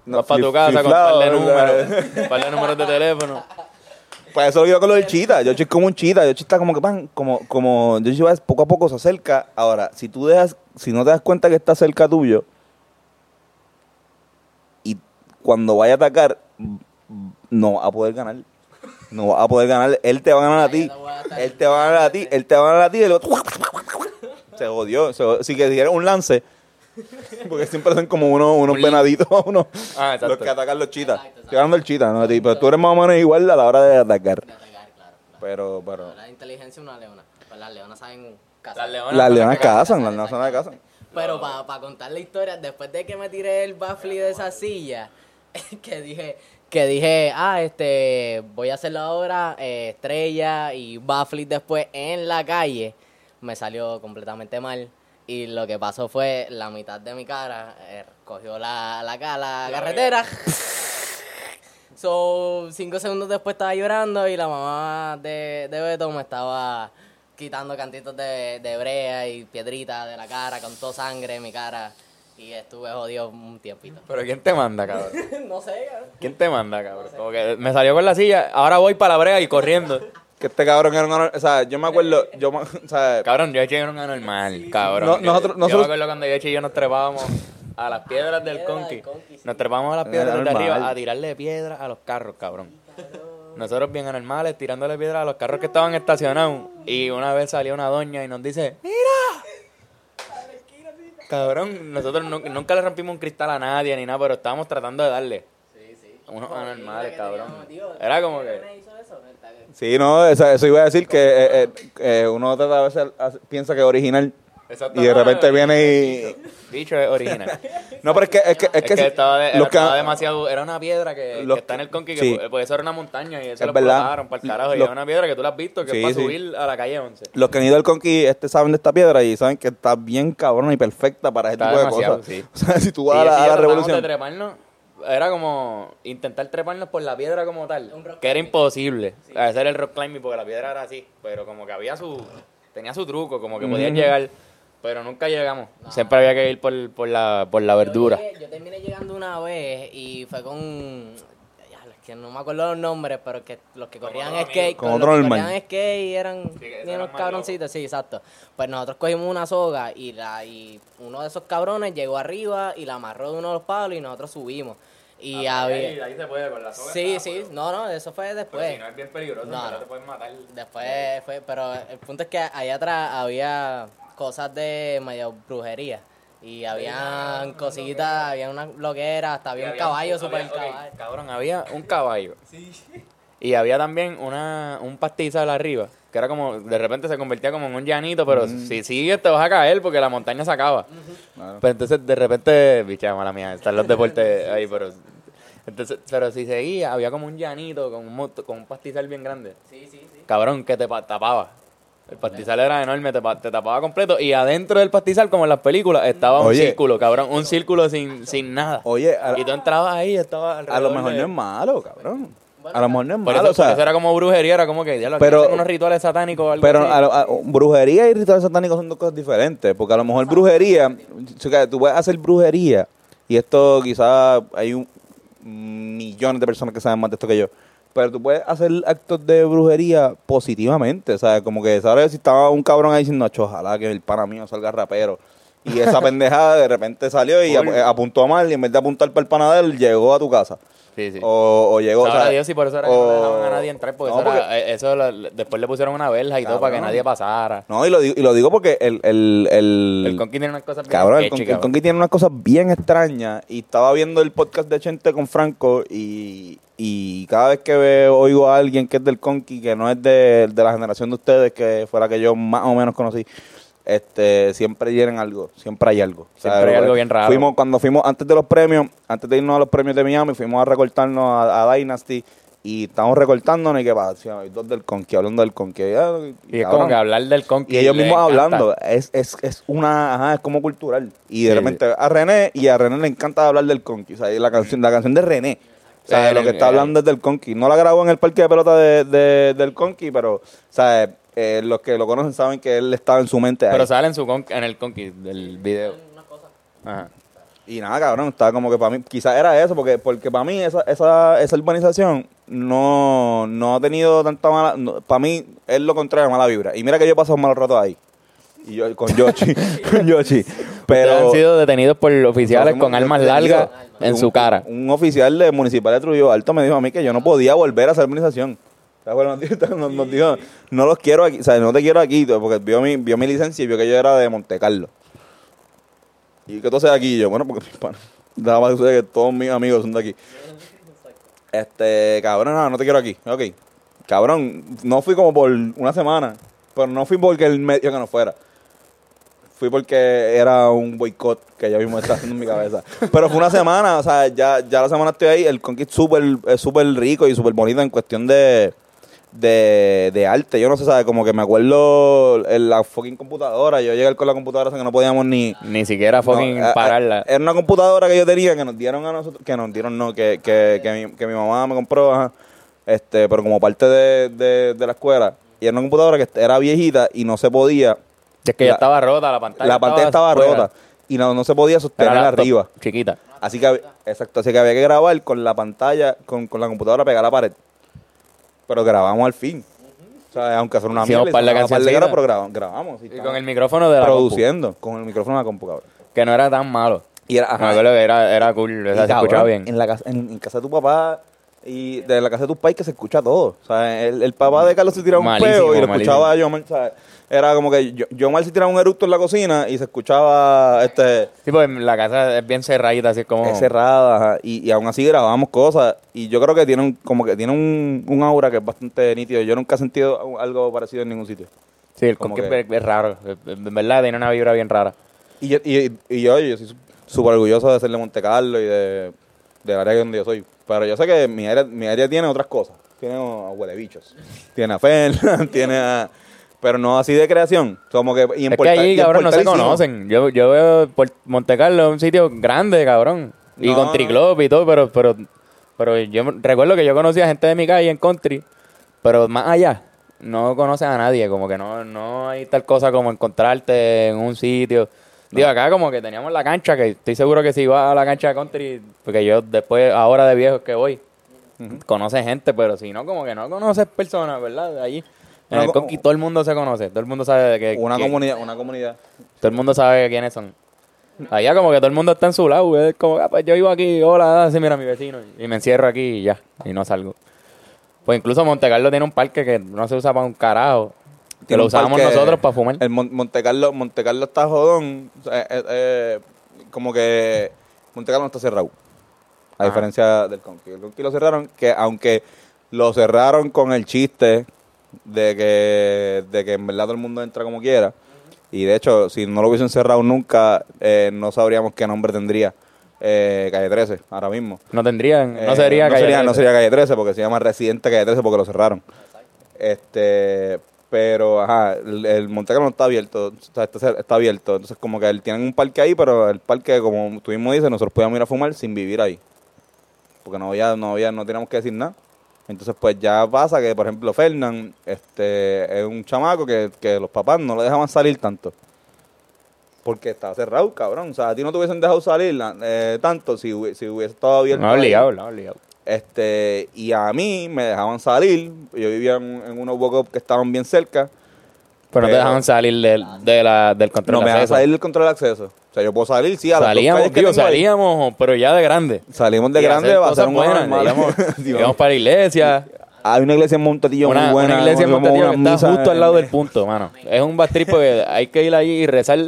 S1: vas para tu
S2: flip-
S1: casa con un
S2: flipflado,
S1: par de
S2: ¿verdad?
S1: números, un par de números de teléfono.
S2: Pues eso lo digo con lo del chita. Yoshi es como un chita. Yoshi está como que pan, como, como Yoshi va poco a poco se acerca. Ahora, si tú dejas, si no te das cuenta que está cerca tuyo, y cuando vaya a atacar, no va a poder ganar. No va a poder ganar. Él te va a ganar a ti. Él te va a ganar a ti. Él te va a ganar a ti. y el otro- Se jodió. Se- Si que diera un lance. Porque siempre son como unos, unos venaditos, unos,
S1: Ah, exacto.
S2: los que atacan los chitas.
S5: Ah, Exacto, exacto.
S2: Estoy hablando del chita, ¿no? Tipo, tú eres más o menos igual a la hora de atacar.
S5: De atacar, claro. claro.
S2: Pero, pero.
S5: La inteligencia es una leona. Pues las leonas saben cazar.
S4: Las leonas.
S2: Las leonas cazan, las leonas son las que cazan.
S5: Pero para contar la historia, después de que me tiré el baffle de esa silla, que dije, que dije, ah, este, voy a hacerlo ahora, eh, estrella y baffle después en la calle, me salió completamente mal. Y lo que pasó fue la mitad de mi cara eh, cogió la, la, ca- la carretera. So, cinco segundos después estaba llorando y la mamá de, de Beto me estaba quitando cantitos de, de brea y piedritas de la cara, con toda sangre en mi cara. Y estuve jodido un tiempito.
S1: Pero ¿quién te manda, cabrón?
S5: no sé, cabrón.
S1: ¿Quién te manda, cabrón? Como que me salió con la silla, ahora voy para la brega y corriendo.
S2: Que este cabrón era un. anor- O sea, yo me
S5: Eh,
S2: acuerdo. Yo, me- o sea,
S1: Cabrón, yo era un anormal, cabrón.
S2: No,
S1: Yo-
S2: nosotros-
S1: yo,
S2: nosotros-
S1: me acuerdo cuando Yoshi y yo nos trepábamos a las piedras del
S5: Piedra del
S1: conqui.
S5: Conqui, sí.
S1: Nos trepábamos a las
S2: Era
S1: piedras de
S2: normal.
S1: arriba a tirarle piedras a los carros, cabrón. Nosotros bien anormales tirándole piedras a los carros que estaban estacionados. Y una vez salió una doña y nos dice, ¡Mira! Cabrón, nosotros nu- nunca le rompimos un cristal a nadie ni nada, pero estábamos tratando de darle.
S5: Sí, sí.
S1: Unos
S5: Jodido
S1: anormales,
S5: que
S1: cabrón.
S5: teníamos, tío.
S1: Era como
S5: ¿Por qué
S1: que-
S5: me hizo eso? Está bien.
S2: sí, no, eso, eso iba a decir que eh, eh, eh, uno trata a veces hace- piensa que es original.
S1: Exacto.
S2: Y de repente viene y.
S1: Bicho es original.
S2: No, pero es que. Es que,
S1: Es que,
S2: si-
S1: estaba, de- era-
S2: los que-
S1: estaba demasiado. Era una piedra que,
S2: los
S1: que está en el conqui, que
S2: sí.
S1: pu- pues eso era una montaña y eso
S2: Es
S1: lo
S2: verdad.
S1: explotaron para el carajo. y
S2: Lo-
S1: era una piedra que tú la has visto, que
S2: Sí,
S1: es para
S2: sí.
S1: subir a la calle 11.
S2: Los que han ido al Conqui este, saben de esta piedra y saben que está bien cabrona y perfecta para ese
S1: Está
S2: tipo de
S1: demasiado,
S2: cosas.
S1: sí.
S2: O sea, si tú
S1: Y
S2: vas a
S1: ese
S2: la, a
S1: día
S2: la
S1: tratamos
S2: revolución.
S1: de treparnos, era como intentar treparnos por la piedra como
S5: Un
S1: tal,
S5: rock
S1: que era
S5: climbing.
S1: imposible hacer el rock climbing porque la piedra era así, pero como que había su. tenía su truco, como que podías llegar, pero nunca llegamos. Siempre había que ir por, por, la, por la
S5: Yo
S1: verdura.
S5: llegué- Yo, terminé llegando una vez y fue con. ya, Es que no me acuerdo los nombres, pero que los que corrían
S1: otro
S5: skate.
S1: amigo.
S2: Con
S5: los
S2: otro
S5: que
S2: normal.
S5: corrían skate
S1: que
S5: eran,
S1: esos
S5: eran
S1: eran
S5: unos
S1: más
S5: cabroncitos, sí, exacto. Pues nosotros cogimos una soga y, la, y uno de esos cabrones llegó arriba y la amarró de uno de los palos y nosotros subimos. Y
S1: Ah, pues Ahí,
S5: había.
S1: ahí se puede con la soga.
S5: Sí,
S1: está,
S5: sí,
S1: pero-
S5: no, no, eso fue
S1: pero
S5: después.
S1: si no es bien peligroso,
S5: No,
S1: en verdad
S5: no.
S1: te pueden matar.
S5: Después fue, pero el punto es que allá atrás había cosas de medio brujería. Y habían cositas, había una bloguera, hasta había un caballo, super
S1: había- ok,
S5: caballo.
S1: Cabrón, había un caballo. Y había también una, un pastizal arriba, que era como, de repente se convertía como en un llanito, pero
S5: Mm.
S1: si sigues te vas a caer porque la montaña se acaba.
S2: Claro.
S1: Pero entonces de repente, bicha, mala mía, están los deportes ahí, pero... Entonces, pero si seguía, había como un llanito con un, monto- con un pastizal bien grande.
S5: Sí, sí, sí.
S1: Cabrón, que te pa- tapaba. El pastizal era enorme, te, pa- te tapaba completo. Y adentro del pastizal, como en las películas, estaba un
S2: Oye.
S1: círculo, cabrón. Un círculo sin, sin nada.
S2: Oye, a,
S1: Y tú entrabas ahí y estaba
S2: a lo
S1: alrededor
S2: mejor
S1: de-
S2: no es malo, cabrón. A lo mejor no es
S1: Por
S2: malo.
S1: eso,
S2: o sea,
S1: por eso era como brujería, era como que ya lo
S2: Pero-
S1: hacen unos rituales satánicos o algo
S2: Pero
S1: así.
S2: a lo- a- brujería y rituales satánicos son dos cosas diferentes, porque a lo mejor brujería, o sea, tú puedes hacer brujería, y esto quizás hay un, millones de personas que saben más de esto que yo, pero tú puedes hacer actos de brujería positivamente, o sea, como que, ¿sabes? Si estaba un cabrón ahí diciendo, "Acho, ojalá que el pana mío salga rapero. Y esa pendejada de repente salió y ap- apuntó mal y en vez de apuntar para el panadero, llegó a tu casa.
S1: Sí, sí.
S2: O, o llegó... o
S1: Sabrá
S2: sea,
S1: Dios, y por eso era que no
S2: o-
S1: dejaban a nadie entrar. Porque
S2: No,
S1: eso, era-
S2: porque-
S1: eh, eso la- la- después le pusieron una verja y todo para que
S2: Cabrón.
S1: nadie pasara.
S2: No, y lo, digo, y lo digo porque el... el, el-
S1: El conqui tiene unas cosas bien
S2: Cabrón, el,
S1: sketchy,
S2: Conqui- el Conqui tiene unas cosas bien extrañas. Y estaba viendo el podcast de Chente con Franco. Y, y cada vez que veo, oigo a alguien que es del Conqui, que no es de, de la generación de ustedes, que fue la que yo más o menos conocí, este siempre tienen algo. Siempre hay algo.
S1: Siempre hay algo bien raro.
S2: Fuimos, cuando fuimos antes de los premios, antes de irnos a los premios de Miami, fuimos a recortarnos a, a Dynasty. Y estamos recortándonos. ¿Y qué pasa? Hay Dos del Conqui, hablando del Conqui. Y, ah,
S1: Y es
S2: cabrón.
S1: como que hablar del conqui.
S2: Y ellos
S1: le
S2: mismos
S1: encanta.
S2: hablando, es, es, es una, ajá, es como cultural. Y de
S1: Sí.
S2: repente a René, y a René le encanta hablar del conqui, o sea, y la canción, la canción de René. O sea,
S1: Eh,
S2: lo que está
S1: eh.
S2: hablando es del conqui. No la grabó en el parque de pelota de, de- del conqui, pero, o sea, eh, los que lo conocen saben que él estaba en su mente ahí.
S1: Pero sale en, su conqui- en el conqui del video. Ajá.
S2: Y nada, cabrón, estaba como que para mí, quizás era eso, porque, porque para mí esa, esa, esa urbanización no, no ha tenido tanta mala, para mí es lo contrario, mala vibra. Y mira que yo he pasado malos ratos ahí, y yo, con Yoshi, con Yoshi, pero...
S1: han sido detenidos por oficiales
S2: Nosotros
S1: con
S2: hemos
S1: armas
S2: detenido
S1: largas en
S2: un-
S1: su cara.
S2: Un oficial de municipal de Trujillo Alto me dijo a mí que yo no podía volver a hacer urbanización. ¿Te acuerdas? Nos dijo- Nos, nos dijo, no los quiero aquí, o sea, no te quiero aquí, porque vio mi, vio mi licencia y vio que yo era de Monte Carlo. Y que tú haces aquí, Y yo, bueno, porque mis panas. Nada más sucede que todos mis amigos son de aquí. Este, cabrón, no, no te quiero aquí. Ok. Cabrón, no fui como por una semana, pero no fui porque él me dijo que no fuera. Fui porque era un boicot que ya mismo está haciendo en mi cabeza. Pero fue una semana, o sea, ya, ya la semana estoy ahí. El Conquist súper, es súper rico y súper bonito en cuestión de, de, de arte. Yo no sé, ¿sabes? Como que me acuerdo en la fucking computadora. Yo llegué con la computadora, o sea, que no podíamos ni,
S1: Ni siquiera
S2: no,
S1: fucking
S2: eh, a- a-
S1: pararla.
S2: Era una computadora que yo tenía que nos dieron a nosotros, que nos dieron no, que, que, que, mi, que mi mamá me compró, ajá, este, pero como parte de, de, de la escuela. Y era una computadora que era viejita y no se podía,
S1: es que
S2: la-
S1: ya estaba rota la pantalla.
S2: la pantalla estaba
S1: fuera.
S2: rota y no, no se podía
S1: Era
S2: sostener
S1: laptop
S2: arriba.
S1: Chiquita.
S2: Así que, hab- exacto, así que había que grabar con la pantalla, con, con la computadora pegada a la pared. Pero grabamos al fin. O sea, aunque fuera una
S1: Hicimos
S2: y
S1: par de
S2: sonaba par de
S1: cancioncitas.
S2: graba, pero grabamos. grabamos y
S1: Y con el micrófono de la
S2: produciendo, con el micrófono de la computadora. Ah,
S1: compu, que no era tan malo.
S2: Y era,
S1: Me
S2: ajá,
S1: acuerdo que era, era cool, o sea,
S2: Y,
S1: se
S2: cabrón,
S1: escuchaba bien.
S2: En la casa, en, en casa de tu papá y de la casa de tus pais que se escucha todo. O sea, el, el papá de Carlos se tiraba un
S1: Malísimo,
S2: peo y lo
S1: malísimo.
S2: escuchaba a Yomar. o sea, era como que yo, Yomar se tiraba un eructo en la cocina y se escuchaba este
S1: Sí, pues la casa es bien cerradita, así como...
S2: es cerrada ajá, y, y aún así grabábamos cosas y yo creo que tiene un, como que tiene un, un aura que es bastante nítido. Yo nunca he sentido algo parecido en ningún sitio.
S1: Sí, el
S2: Como
S1: conquist
S2: que-
S1: es, es raro. En verdad, tiene una vibra bien rara.
S2: Y yo, y, y yo, yo soy súper orgulloso de ser de Monte Carlo y de, del área donde yo soy. Pero yo sé que mi área, mi área tiene otras cosas. Tiene a huelebichos. Tiene a Fernan, tiene a... Pero no así de creación. Como que, y en
S1: Es que
S2: Porta- y
S1: allí,
S2: en
S1: cabrón, no
S2: Portal
S1: se
S2: hicimos-
S1: conocen. Yo, yo veo por Monte Carlo es un sitio grande, cabrón. Y
S2: No,
S1: con
S2: no.
S1: triclop y todo, pero, pero, pero yo me- recuerdo que yo conocía gente de mi calle en country, pero más allá, no conoces a nadie, como que no, no hay tal cosa como encontrarte en un sitio. Digo, acá como que teníamos la cancha, que estoy seguro que si iba a la cancha de country, porque yo después, ahora de viejo es que voy, conoce gente, pero si no, como que no conoces personas, ¿verdad? De allí. En
S2: No,
S1: el
S2: como-
S1: Conqui todo el mundo se conoce, todo el mundo sabe de que...
S2: Una
S1: que-
S2: comunidad, una comunidad.
S1: todo el mundo sabe quiénes son. Allá como que todo el mundo está en su lado. Es como, ah, pues yo vivo aquí, hola, así mira a mi vecino. Y me encierro aquí y ya, y no salgo. Pues incluso Monte Carlo tiene un parque que no se usa para un carajo. Que
S2: Tiene
S1: lo
S2: un
S1: usábamos
S2: parque-
S1: nosotros para fumar.
S2: El Mon- Monte Carlo, Monte Carlo está jodón. O sea, eh, eh, eh, como que Monte Carlo no está cerrado. A
S1: Ajá.
S2: diferencia del Conqui. El Conqui lo cerraron, que aunque lo cerraron con el chiste de que, de que en verdad todo el mundo entra como quiera. Y de hecho, si no lo hubiesen cerrado nunca, eh, no sabríamos qué nombre tendría eh, Calle 13 ahora mismo.
S1: No tendrían,
S2: Eh,
S1: no sería calle
S2: no
S1: 13.
S2: sería Calle 13 porque se llama Residente Calle 13 porque lo cerraron. Este, pero ajá, el, el Monte Carlo no está abierto, o sea, está, cer- está abierto. Entonces, como que él- tienen un parque ahí, pero el parque, como tú mismo dices, nosotros podíamos ir a fumar sin vivir ahí. Porque no había, no había, no teníamos que decir nada. Entonces, pues ya pasa que, por ejemplo, Fernán este, es un chamaco que, que los papás no le dejaban salir tanto. Porque estaba cerrado, cabrón. O sea, a ti no te hubiesen dejado salir la- eh, tanto si, hubi- si hubiese estado abierto.
S1: No,
S2: ahí.
S1: obligado, no, obligado.
S2: Este, y a mí me dejaban salir. Yo vivía en, en unos walk que estaban bien cerca.
S1: Pero no te
S2: Pero-
S1: dejaban salir del, de la, del control.
S2: No me
S1: de
S2: dejaban
S1: acceso.
S2: salir del control de acceso. O sea, yo puedo salir, sí, a las dos
S1: Salíamos,
S2: calles que
S1: digo,
S2: tengo ahí.
S1: salíamos, pero ya de grande.
S2: Salimos de
S1: Y
S2: grande
S1: hacer
S2: va a ser
S1: cosas
S2: un
S1: buenas.
S2: normal.
S1: Íbamos,
S2: Digo,
S1: íbamos para la iglesia.
S2: Hay una iglesia en Montatillo
S1: una,
S2: muy buena.
S1: una iglesia en
S2: íbamos a
S1: Montevideo que
S2: una
S1: está
S2: misa
S1: justo al
S2: en-
S1: lado del punto, mano. Es un bastripo porque hay que ir allí y rezar.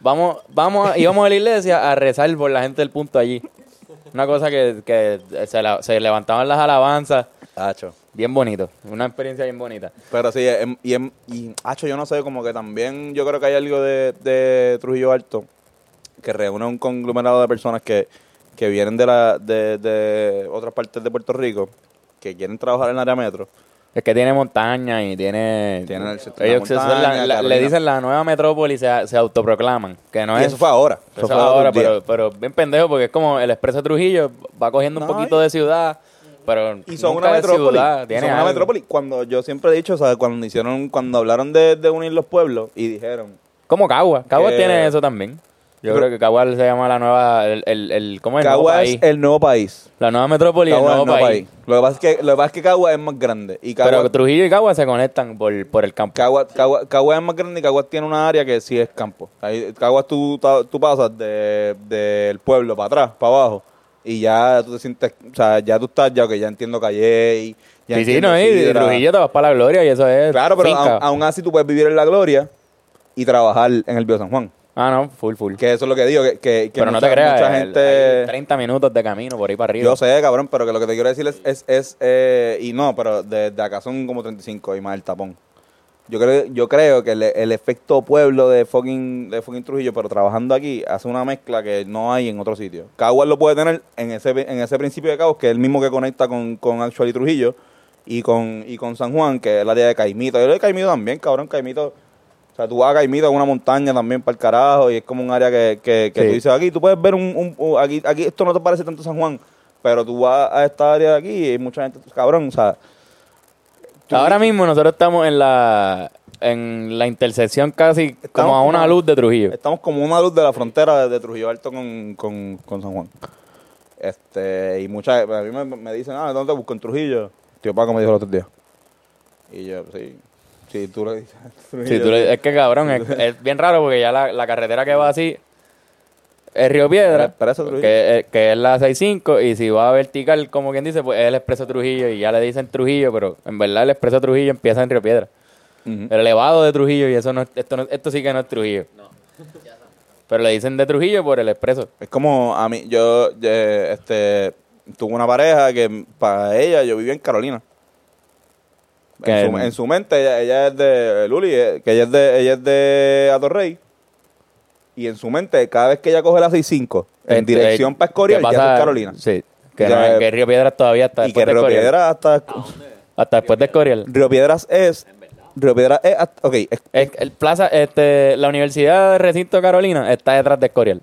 S1: Vamos, vamos, a- íbamos a la iglesia a rezar por la gente del punto allí. Una cosa que, que se, la- se levantaban las alabanzas.
S2: Tacho.
S1: Bien bonito. Una experiencia bien bonita.
S2: Pero sí, em- y, em- y, hacho, yo no sé, como que también yo creo que hay algo de, de Trujillo Alto que reúne un conglomerado de personas que, que vienen de, la, de, de otras partes de Puerto Rico, que quieren trabajar en el área metro.
S1: Es que tiene montaña y tiene.
S2: Tiene el sector de
S1: ellos
S2: la
S1: son la-
S2: montaña,
S1: la- le
S2: Carolina.
S1: dicen la nueva metrópoli se, se autoproclaman. Que no
S2: y
S1: es.
S2: eso fue ahora. Eso,
S1: Eso
S2: fue ahora,
S1: ahora, pero, pero bien pendejo porque es como el expreso de Trujillo va cogiendo
S2: No,
S1: un poquito
S2: y-
S1: de ciudad, pero
S2: Y son
S1: nunca
S2: una
S1: es
S2: metrópoli.
S1: ciudad,
S2: y
S1: tiene
S2: son una
S1: algo.
S2: metrópoli. Cuando yo siempre he dicho, o sea, cuando hicieron, cuando hablaron de, de unir los pueblos y dijeron,
S1: Como Cagua. Cagua
S2: Que-
S1: tiene eso también. Yo creo que Cagual se llama la nueva. El, el, el- ¿Cómo es? El nuevo
S2: Cagua es
S1: país.
S2: el nuevo país.
S1: La nueva metrópoli y el
S2: Cagua es
S1: nuevo país.
S2: Lo que pasa es que, lo que, pasa es que Cagua es más grande. Y Cagua,
S1: Pero Trujillo y Cagua se conectan por, por el campo.
S2: Cagua, Cagua- Cagua es más grande y Caguas tiene una área que sí es campo. Ahí, Caguas tú, ta- tú pasas de- del pueblo para atrás, para abajo, y ya tú te sientes, o sea, ya tú estás, ya que ya entiendo calle y ya
S1: Sí, sí,
S2: entiendo
S1: no, y, y
S2: sidra.
S1: Trujillo te vas para la gloria y eso es.
S2: Claro, pero
S1: finca.
S2: aún, aún así tú puedes vivir en la gloria y trabajar en el Bio San Juan.
S1: Ah, no, full, full.
S2: Que eso es lo que digo, que, que, que
S1: pero no
S2: mucha-
S1: te creas,
S2: mucha
S1: el-
S2: gente...
S1: hay 30 minutos de camino por ahí para arriba.
S2: Yo sé, cabrón, pero que lo que te quiero decir es, es, es, eh, y no, pero desde acá son como 35 y más el tapón. Yo creo, yo creo que el, el efecto pueblo de fucking, de fucking Trujillo, pero trabajando aquí, hace una mezcla que no hay en otro sitio. Caguas lo puede tener en ese, en ese principio de Caguas, que es el mismo que conecta con, con Actual y Trujillo, y con, y con San Juan, que es el área de Caimito. Yo lo de Caimito también, cabrón, Caimito... O sea, tú vas a Caimito, a una montaña también para el carajo, y es como un área que, que, que
S1: Sí.
S2: tú dices, aquí tú puedes ver un, un- un- aquí, aquí esto no te parece tanto San Juan, pero tú vas a esta área de aquí y hay mucha gente, cabrón, o sea,
S1: Ahora mismo nosotros estamos en la en la intersección casi como a una luz de Trujillo.
S2: estamos como una luz de la frontera de, de Trujillo Alto con, con, con San Juan. Este, y muchas, a mí me, me dicen, ah, ¿dónde te busco en Trujillo? Tío Paco me dijo el otro día. Y yo, sí, sí, tú le dices.
S1: Sí, tú le- es que cabrón, es, es bien raro porque ya la, la carretera que va así es Río Piedra,
S2: Pero eso es Trujillo.
S1: que, es- que es la 65, y si va a vertical, como quien dice, pues es el expreso Trujillo, y ya le dicen Trujillo, pero en verdad el expreso Trujillo empieza en Río Piedra.
S2: Ujú.
S1: El elevado de Trujillo, y eso no, es- esto, no- esto sí que no es Trujillo. Pero le dicen de Trujillo por el expreso.
S2: Es como a mí, yo, eh, este, tuve una pareja que para ella yo vivía en Carolina.
S1: Que
S2: En su,
S1: el-
S2: en su mente ella, ella es de Luli, eh, que ella es de, ella es de Atorrey. Y en su mente, cada vez que ella coge la 65 en
S1: Este,
S2: dirección para Escorial,
S1: que
S2: ya es
S1: pasa-
S2: Carolina.
S1: Sí. Que,
S2: Ya-
S1: no, que Río Piedras todavía está
S2: Y que
S1: después de
S2: Río
S1: Escorial.
S2: Piedras hasta
S1: Hasta después de Escorial.
S2: Río Piedras es Río Piedras es hasta, ok, es-
S1: Es- el plaza, este, la Universidad de Recinto Carolina está detrás de Escorial.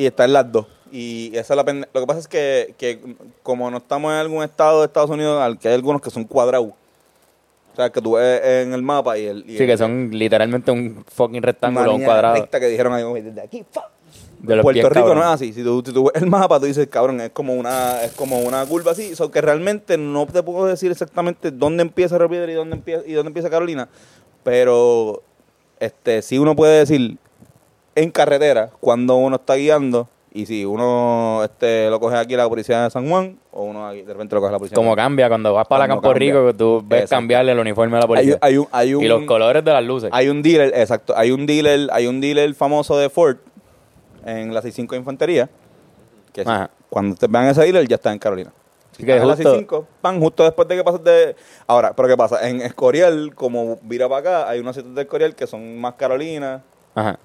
S2: y está en las dos. Y esa es la pende- lo que pasa es que, que como no estamos en algún estado de Estados Unidos, al que hay algunos que son cuadrados. O sea, que tú ves en el mapa y el... y
S1: Sí,
S2: el-
S1: que son literalmente un fucking
S2: una
S1: rectángulo, un
S2: línea
S1: cuadrado.
S2: recta que dijeron ahí, "Oye, desde aquí, fa".
S1: De los
S2: Puerto
S1: pies,
S2: Rico
S1: cabrón.
S2: no es así. Si tú, si tú ves el mapa, tú dices, cabrón, es como una es como una curva así. O sea, que realmente no te puedo decir exactamente dónde empieza Río Piedra y dónde empieza, y dónde empieza Carolina. Pero este sí uno puede decir en carretera cuando uno está guiando y si uno este lo coge aquí la policía de San Juan o uno aquí, de repente lo coge la policía. de
S1: Como
S2: San Juan.
S1: cambia cuando vas para la
S2: Cuando
S1: Campo Rico,
S2: cambia.
S1: que tú ves
S2: Exacto.
S1: cambiarle el uniforme a la
S2: hay,
S1: policía.
S2: hay un, hay un
S1: y los colores de las luces.
S2: Hay un dealer, exacto. Hay un dealer, hay un dealer famoso de Ford en la 65 de Infantería. Que si-
S1: Ajá.
S2: cuando te vean ese dealer, ya está en Carolina.
S1: Así que
S2: Estás en
S1: justo-
S2: la 65, pan, justo después de que pasas de. Ahora, pero ¿qué pasa? En Escorial, como vira para acá, hay unos sitios de Escorial que son más Carolina.
S1: Ajá.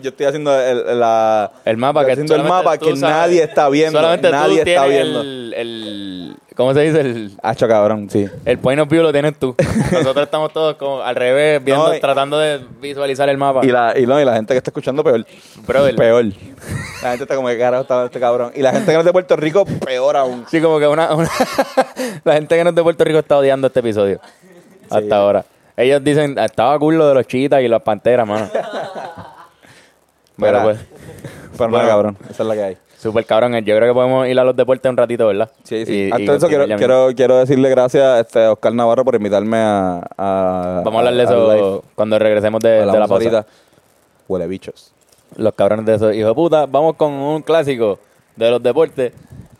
S2: Yo estoy haciendo el, la.
S1: El mapa que
S2: estoy haciendo el
S1: solamente
S2: mapa
S1: tú
S2: que
S1: sabes-
S2: nadie está viendo.
S1: Solamente tú
S2: nadie está
S1: tienes
S2: viendo.
S1: El, el- ¿Cómo se dice? El,
S2: Hacho, cabrón, sí.
S1: el point of view lo tienes tú. Nosotros estamos todos como al revés, viendo,
S2: No, y-
S1: tratando de visualizar el mapa.
S2: Y la, y, no, y la gente que está escuchando, peor.
S1: Brother.
S2: Peor. La gente está como, que carajo está este cabrón? Y la gente que no es de Puerto Rico, peor aún.
S1: Sí, como que una, una- la gente que no es de Puerto Rico está odiando este episodio. Hasta ahora. Ellos dicen, estaba cool lo de los chitas y las panteras, mano. Pero
S2: Mira.
S1: pues,
S2: Pero
S1: Bueno.
S2: no, cabrón, esa es la que hay.
S1: súper cabrón. Yo creo que podemos ir a los deportes un ratito, ¿verdad?
S2: Sí,
S1: Y-
S2: sí.
S1: y
S2: Antes de eso, quiero,
S1: continuar ya mismo.
S2: quiero, quiero decirle gracias a este Oscar Navarro por invitarme a. a-
S1: Vamos a hablar de
S2: al live.
S1: eso cuando regresemos de, de la
S2: Hablamos
S1: pausa.
S2: ahorita. Huele bichos.
S1: Los cabrones de esos hijos de puta. Vamos con un clásico de los deportes.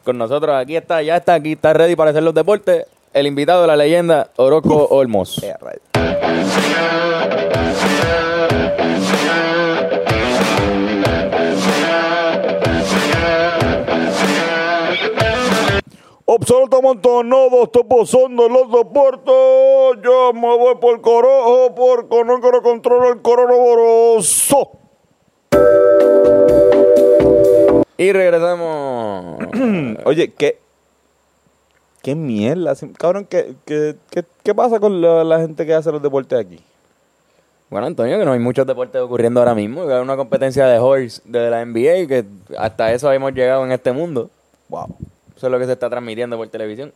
S1: Con nosotros aquí está, ya está, aquí está ready para hacer los deportes. El invitado de la leyenda, Oroco Olmos.
S2: Eh, rayo. Absolutamente nada, estoy pasando en los deportes. Yo me voy por corojo porque no quiero controlar el coronavirus.
S1: Y regresamos.
S2: Oye, ¿qué? ¿Qué mierda? sí, Cabrón, ¿qué, qué, qué, qué pasa con la, la gente que hace los deportes aquí?
S1: Bueno, Antonio, que no hay muchos deportes ocurriendo ahora mismo. que Hay una competencia de horse de la NBA que hasta eso hemos llegado en este mundo.
S2: Wow.
S1: Eso es lo que se está transmitiendo por televisión.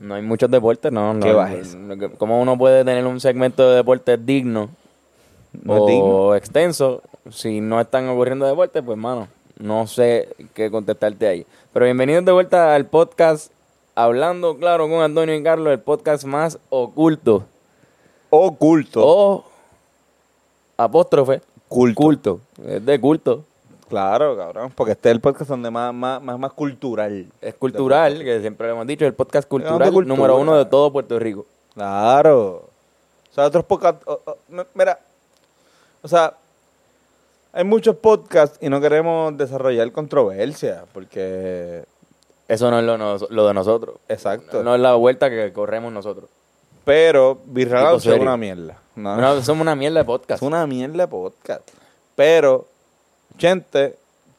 S1: No hay muchos deportes, no. no
S2: Qué bajes.
S1: no, ¿Cómo uno puede tener un segmento de deportes digno
S2: No es
S1: o
S2: digno.
S1: extenso si no están ocurriendo de vuelta, pues mano, no sé qué contestarte ahí. Pero bienvenidos de vuelta al podcast Hablando Claro con Antonio y Carlos, el podcast más oculto.
S2: Oculto.
S1: O apóstrofe.
S2: Culto.
S1: Culto. Es de culto.
S2: Claro, cabrón. Porque este es el podcast donde más, más, más, más cultural.
S1: Es cultural, que siempre lo hemos dicho, el podcast
S2: de
S1: cultural
S2: cultura.
S1: número uno de todo Puerto Rico.
S2: Claro. O sea, otros podcasts. mira. O sea, hay muchos podcasts y no queremos desarrollar controversia. Porque.
S1: Eso no es lo, nos- lo de nosotros.
S2: Exacto.
S1: No es la vuelta que corremos nosotros.
S2: pero Virralado
S1: Tipo
S2: es
S1: serio.
S2: una mierda. No,
S1: No, somos una mierda de podcast.
S2: Ah. Es una mierda de podcast. Pero, gente,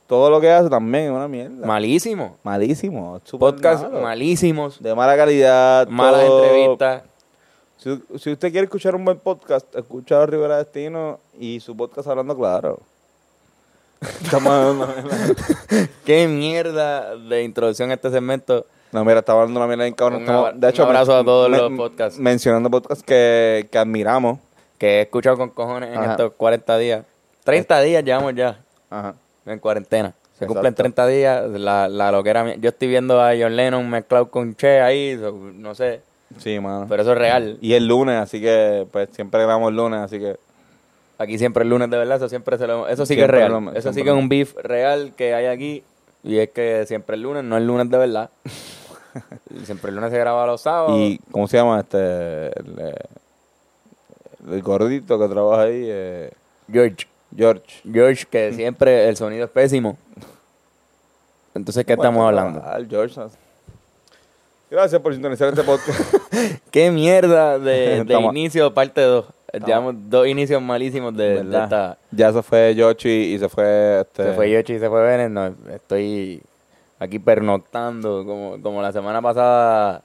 S2: todo lo que hace también es una mierda.
S1: Malísimo.
S2: Malísimo. es súper
S1: Podcast
S2: malo.
S1: malísimos.
S2: De mala calidad.
S1: Malas
S2: todo.
S1: entrevistas.
S2: Si, si usted quiere escuchar un buen podcast, escucha a Rivera Destino y su podcast Hablando Claro. Estamos hablando-
S1: Qué mierda de introducción a este segmento.
S2: no, mira, estaba hablando una mierda bien cabrón.
S1: Un
S2: Estamos-
S1: abra- un abrazo a todos los podcasts.
S2: Mencionando podcasts que, que admiramos.
S1: Que he escuchado con cojones en
S2: Ajá.
S1: estos 40 días. 30 días llevamos ya
S2: Ajá.
S1: en cuarentena. Se
S2: Exacto.
S1: cumplen 30 días. La, la loquera. mía. Yo estoy viendo a John Lennon mezclado con Che ahí. so, no sé.
S2: Sí, mano.
S1: Pero eso es real.
S2: y es lunes, así que pues siempre grabamos el lunes, así que
S1: Aquí siempre el lunes de verdad, eso siempre se lo- eso sí que es
S2: Siempre
S1: real.
S2: lo-
S1: eso sí
S2: siempre
S1: que es
S2: lo-
S1: un beef real que hay aquí y es que siempre el lunes no es el lunes de verdad. Y siempre el lunes se graba los sábados.
S2: ¿Y cómo se llama este? El, eh, el gordito que trabaja ahí, eh,
S1: George,
S2: George.
S1: George que siempre el sonido es pésimo. Entonces, ¿qué estamos
S2: Bueno,
S1: hablando?
S2: ah, el George. no sé. Gracias por sintonizar este podcast.
S1: ¿Qué mierda de, de
S2: Estamos-
S1: inicio parte 2? Llevamos dos inicios malísimos de, de
S2: ¿Verdad?
S1: esta.
S2: Ya se fue George y, y se fue este.
S1: Se fue George y se fue Bennett. No, estoy aquí pernoctando como, como la semana pasada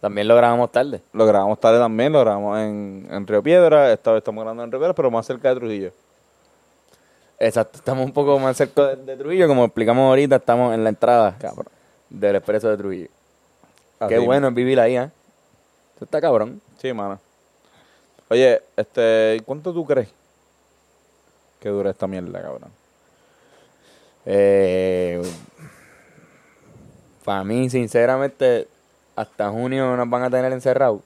S1: también lo grabamos tarde.
S2: Lo grabamos tarde también, lo grabamos en, en Río Piedra. Esta vez estamos grabando en Río Piedra, pero más cerca de Trujillo.
S1: Exacto, estamos un poco más cerca de, de Trujillo, como explicamos ahorita, estamos en la entrada
S2: Cabrón. Ah,
S1: del expreso de Trujillo.
S2: Así
S1: Qué bueno es vivir ahí, ¿eh? Eso está cabrón.
S2: Sí, mano. Oye, este, ¿cuánto tú crees que dura esta mierda, cabrón?
S1: Eh, Para mí, sinceramente, hasta junio nos van a tener encerrados.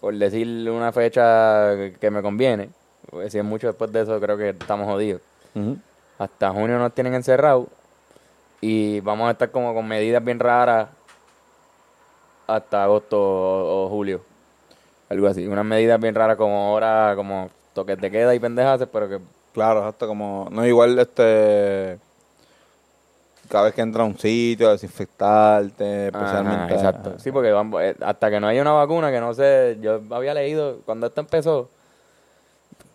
S1: Por decir una fecha que me conviene. Porque si es mucho después de eso, creo que estamos jodidos. Hasta junio nos tienen encerrados. Y vamos a estar como con medidas bien raras hasta agosto o, o julio. Algo así. Unas medidas bien raras como ahora, como toques de queda y pendejas, pero que
S2: Claro, hasta como. No es igual este. Cada vez que entra a un sitio, desinfectarte, especialmente.
S1: Ajá, exacto. Sí, porque vamos, eh, hasta que no haya una vacuna, que no sé, yo había leído cuando esto empezó,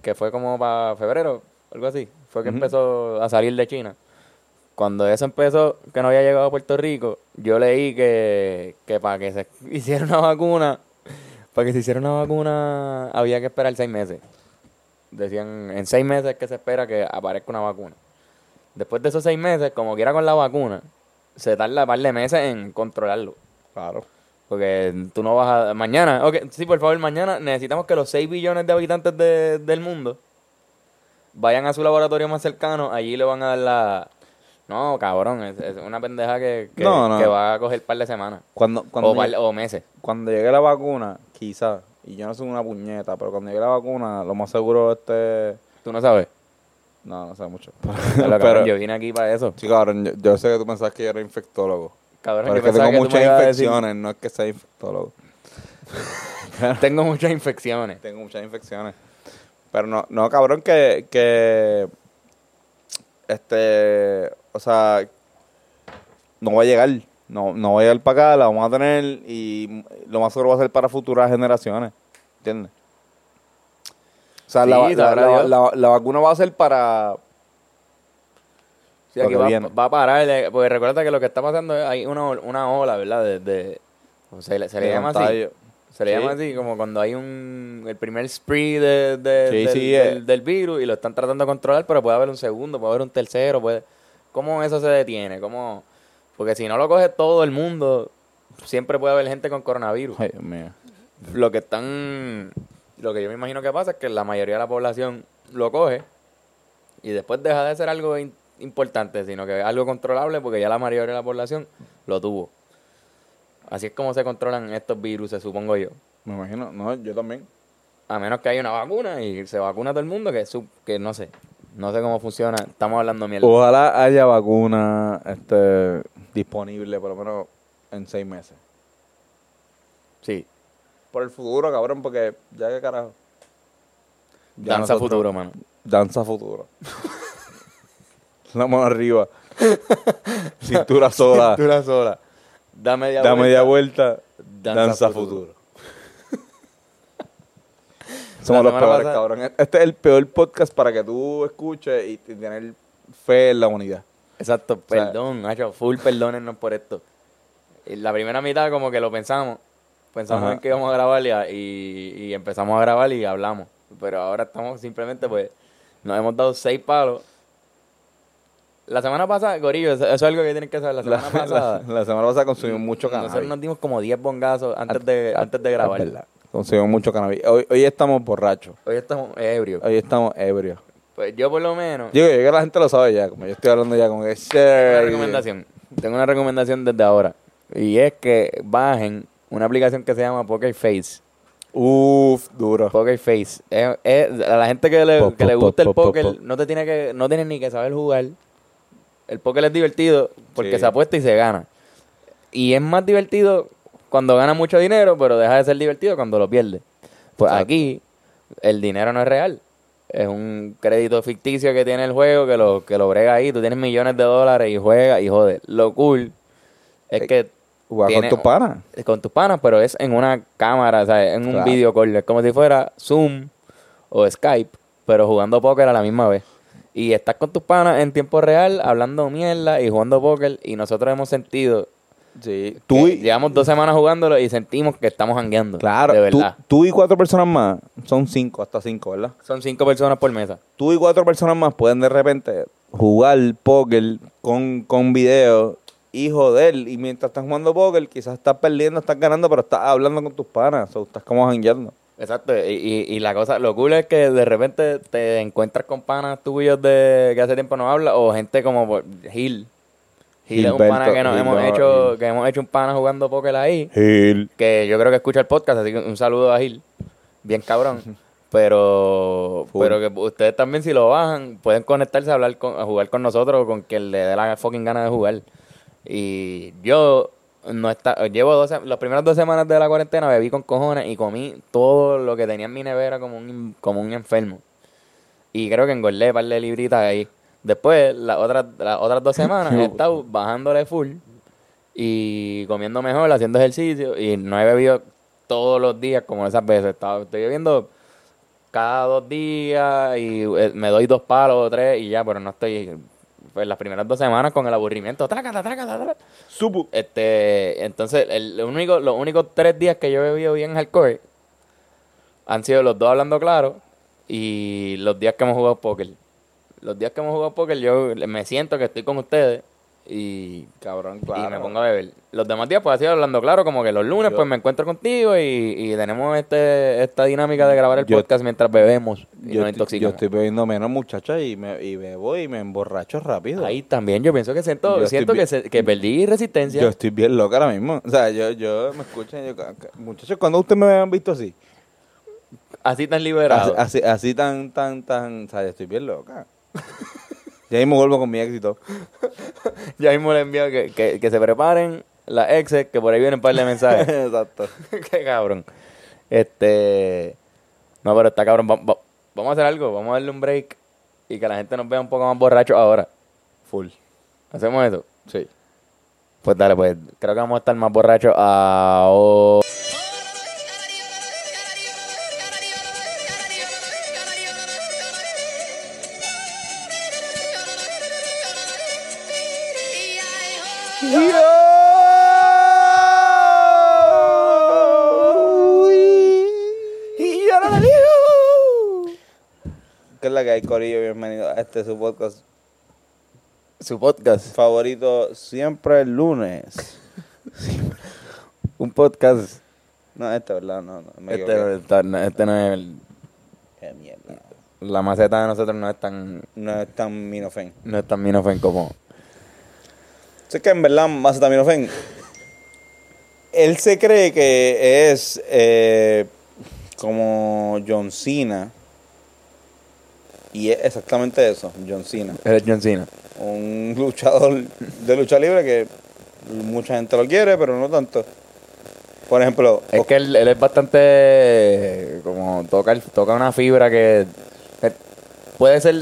S1: que fue como para febrero, algo así, fue que empezó a salir de China. Cuando eso empezó, que no había llegado a Puerto Rico, yo leí que, que para que se hiciera una vacuna, para que se hiciera una vacuna había que esperar seis meses. Decían, en seis meses que se espera que aparezca una vacuna. Después de esos seis meses, como quiera con la vacuna, se tarda un par de meses en controlarlo.
S2: Claro.
S1: Porque tú no vas a... Mañana, ok, sí, por favor, mañana necesitamos que los 6 billones de habitantes de- del mundo vayan a su laboratorio más cercano, allí le van a dar la... No, cabrón, es, es una pendeja que, que,
S2: No, no.
S1: que va a coger par de semanas.
S2: Cuando,
S1: O,
S2: cuando,
S1: par-
S2: llegue,
S1: o meses.
S2: cuando llegue la vacuna, quizás, y yo no soy una puñeta, pero cuando llegue la vacuna, lo más seguro este.
S1: Tú no sabes.
S2: No, no sé mucho.
S1: Pero,
S2: Pero,
S1: cabrón, yo vine aquí para eso.
S2: sí, cabrón, yo, yo sé que tú pensabas que yo era infectólogo.
S1: Cabrón,
S2: Pero
S1: yo
S2: es que
S1: pensaba
S2: tengo
S1: que tú me
S2: muchas
S1: ibas a decir-
S2: infecciones, no es que sea infectólogo.
S1: Tengo muchas infecciones.
S2: Tengo muchas infecciones. Pero no, no, cabrón, que, que este, o sea, no va a llegar. No, no va a llegar para acá, la vamos a tener y lo más seguro va a ser para futuras generaciones. ¿Entiendes? O sea,
S1: Sí,
S2: la, la-
S1: sabrá
S2: la-
S1: Dios.
S2: la- la vacuna va a ser para...
S1: Sí, aquí
S2: Lo que
S1: va,
S2: viene.
S1: va a parar, eh, porque recuerda que lo que está pasando es hay una, ol- una ola, ¿verdad? De, de- o se, le- se le
S2: de
S1: llama así.
S2: contagio.
S1: Se le
S2: Sí.
S1: llama así como cuando hay un el primer spree de, de-
S2: Sí,
S1: del,
S2: sí, eh.
S1: del- del virus y lo están tratando de controlar, pero puede haber un segundo, puede haber un tercero, puede ¿Cómo eso se detiene? ¿Cómo? Porque si no lo coge todo el mundo, siempre puede haber gente con coronavirus.
S2: Ay, Dios mío.
S1: Lo que están lo que yo me imagino que pasa es que la mayoría de la población lo coge y después deja de ser algo in- importante, sino que algo controlable porque ya la mayoría de la población lo tuvo. Así es como se controlan estos virus, supongo yo.
S2: Me imagino, no, yo también.
S1: A menos que haya una vacuna y se vacuna todo el mundo, que, su- que no sé. No sé cómo funciona. Estamos hablando mierda.
S2: Ojalá haya vacuna este, disponible por lo menos en seis meses.
S1: Sí.
S2: Por el futuro, cabrón, porque ya que carajo. Ya
S1: Danza
S2: nosotros-
S1: futuro, mano.
S2: Danza futuro. la mano arriba. Cintura sola.
S1: Cintura sola. Da media
S2: Ah. da
S1: vuelta.
S2: media vuelta. Danza,
S1: Danza
S2: futuro.
S1: futuro.
S2: Somos
S1: La
S2: los
S1: semana
S2: peores,
S1: pasada-
S2: cabrón. Este es el peor podcast para que tú escuches y t- tener fe en la humanidad.
S1: Exacto,
S2: sea-
S1: perdón, Nacho, full perdónennos por esto. Y La primera mitad como que lo pensamos, pensamos
S2: Ajá.
S1: en que íbamos a grabar y, a- y- y empezamos a grabar y hablamos. Pero ahora estamos simplemente pues, nos hemos dado seis palos. La semana pasada, Gorillo, eso, eso es algo que tienen que saber, la
S2: La,
S1: semana
S2: la-
S1: pasada.
S2: la semana pasada consumimos mucho cannabis.
S1: nosotros nos dimos como 10 bongazos antes de, antes de grabar.
S2: Es verdad. Consumimos mucho cannabis. Hoy, hoy estamos borrachos.
S1: Hoy estamos ebrios.
S2: Hoy estamos ebrios.
S1: Pues yo por lo menos...
S2: Digo, Ah. yo creo que la gente lo sabe ya. Como yo estoy hablando ya con
S1: Tengo
S2: ese.
S1: una recomendación. Tengo una recomendación desde ahora. Y es que bajen una aplicación que se llama Poker Face.
S2: Uf, duro.
S1: Poker Face. Es- es- a la gente que le,
S2: Po,
S1: que le
S2: po,
S1: gusta
S2: po,
S1: el
S2: po,
S1: póker
S2: po.
S1: no te tiene que no tienes ni que saber jugar. El póker es divertido porque
S2: Sí.
S1: se apuesta y se gana. Y es más divertido cuando gana mucho dinero, pero deja de ser divertido cuando lo pierde. Pues
S2: Exacto.
S1: aquí el dinero no es real. Es un crédito ficticio que tiene el juego que lo, que lo brega ahí. Tú tienes millones de dólares y juegas y jode. Lo cool es
S2: Eh,
S1: que
S2: Jugar con
S1: tiene-
S2: tus panas.
S1: con tus panas, pero es en una cámara, ¿sabes? En un
S2: Claro.
S1: video call. Es como si fuera Zoom o Skype, pero jugando póker a la misma vez. Y estás con tus panas en tiempo real, hablando mierda y jugando póker. Y nosotros hemos sentido.
S2: Sí.
S1: que
S2: Tú y,
S1: Llevamos dos semanas jugándolo y sentimos que estamos hangueando.
S2: claro,
S1: De
S2: tú,
S1: verdad.
S2: tú y cuatro personas más, son cinco, hasta cinco, ¿verdad?
S1: Son cinco personas por mesa.
S2: Tú y cuatro personas más pueden de repente jugar póker con, con video y joder. Y mientras estás jugando póker, quizás estás perdiendo, estás ganando, pero estás hablando con tus panas. O estás como jangueando.
S1: Exacto, y, y- y la cosa, lo cool es que de repente te encuentras con panas tuyos de que hace tiempo no hablas, o gente como por- Gil. Gil es un pana
S2: Gilberto,
S1: que nos
S2: Gil,
S1: hemos
S2: no,
S1: hecho,
S2: Gil.
S1: que hemos hecho un pana jugando póker ahí,
S2: Gil.
S1: que yo creo que escucha el podcast, así que un saludo a Gil, bien cabrón. Pero,
S2: Full.
S1: pero que ustedes también si lo bajan, pueden conectarse a hablar con, a jugar con nosotros o con quien le dé la fucking gana de jugar. Y yo no está, llevo dos, sem- las primeras dos semanas de la cuarentena bebí con cojones y comí todo lo que tenía en mi nevera como un, como un enfermo. Y creo que engordé un par de libritas ahí. Después, las otras, las otras dos semanas he estado bajándole full y comiendo mejor, haciendo ejercicio y no he bebido todos los días como esas veces. Estaba, estoy bebiendo cada dos días y eh, me doy dos palos o tres y ya, pero no estoy pues, las primeras dos semanas con el aburrimiento. Trácata, trácata, trácata.
S2: Supu.
S1: Este, entonces, el único, los únicos tres días que yo he bebido bien hardcore han sido los dos hablando claro y los días que hemos jugado póker. Los días que hemos jugado póker, yo me siento que estoy con ustedes y,
S2: Cabrón,
S1: y me
S2: claro.
S1: pongo a beber. Los demás días, pues, ha sido hablando claro, como que los lunes,
S2: Yo-
S1: pues, me encuentro contigo y, y tenemos este, esta dinámica de grabar el
S2: Yo-
S1: podcast mientras bebemos y
S2: Yo,
S1: nos
S2: estoy, yo
S1: intoxicamos.
S2: estoy bebiendo menos, muchacha, y me, y me voy y me emborracho rápido.
S1: Ahí también yo pienso que
S2: Yo
S1: siento,
S2: estoy
S1: siento
S2: bien-
S1: que, se- que perdí resistencia.
S2: Yo estoy bien loca ahora mismo. O sea, yo, yo me escuchan y yo, ca- ca- muchachos, ¿cuándo ustedes me habían visto así?
S1: así tan
S2: Así,
S1: liberado.
S2: así, así tan, tan, tan. O sea, yo estoy bien loca. ya mismo vuelvo con mi éxito.
S1: Ya mismo le envío que, que, que se preparen las exes, que por ahí vienen un par de mensajes.
S2: Exacto.
S1: Qué cabrón. Este. No, pero está cabrón. Va- va- vamos a hacer algo. Vamos a darle un break y que la gente nos vea un poco más borrachos ahora.
S2: Full.
S1: ¿Hacemos eso?
S2: Sí.
S1: Pues dale, pues creo que vamos a estar más borrachos ahora.
S2: ¿Qué es la que hay, Corillo? Bienvenido a este su podcast
S1: Su podcast.
S2: favorito, siempre el lunes.
S1: Un podcast.
S2: No, este, ¿verdad? No, no. Me
S1: Este,
S2: equivoqué.
S1: está- no, este no es el.
S2: Qué mierda.
S1: la maceta de nosotros no es tan,
S2: No es tan minofen.
S1: no es tan minofen como...
S2: Sé que en verdad macetaminofen. Él se cree que es eh, como John Cena. Y es exactamente eso, John Cena.
S1: Eres John Cena.
S2: Un luchador de lucha libre que mucha gente lo quiere, pero no tanto. Por ejemplo,
S1: Es que él, él es bastante. eh, Como toca, el- toca una fibra que. que puede ser.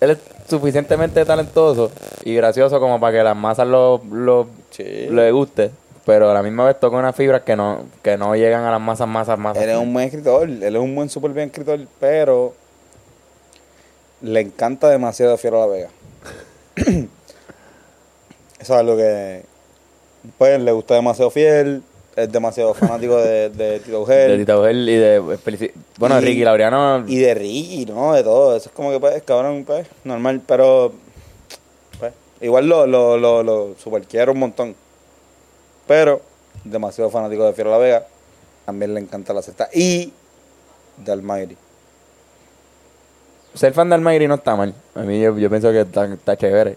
S1: Él es suficientemente talentoso y gracioso como para que las masas lo, lo,
S2: Sí.
S1: le guste. Pero a la misma vez toca unas fibras que no, que no llegan a las masas, masas, masas.
S2: Él es un buen escritor, él es un buen, súper bien escritor, pero le encanta demasiado a Fiero La Vega. Eso es algo que. Pues le gusta demasiado Fiel, es demasiado fanático de, de Tito
S1: De
S2: Ugel
S1: Tito Bell y de. eh, Felici- Bueno,
S2: Y-
S1: Ricky Laureano.
S2: y de Ricky, ¿no? De todo. Eso es como que, pues, cabrón, pues, normal, pero. Pues, igual lo, lo, lo, lo super quiero un montón. Pero, demasiado fanático de Fiero La Vega. También le encanta la cesta. Y. De Almighty.
S1: Ser fan de Almighty no está mal. A mí yo, yo pienso que está, está chévere.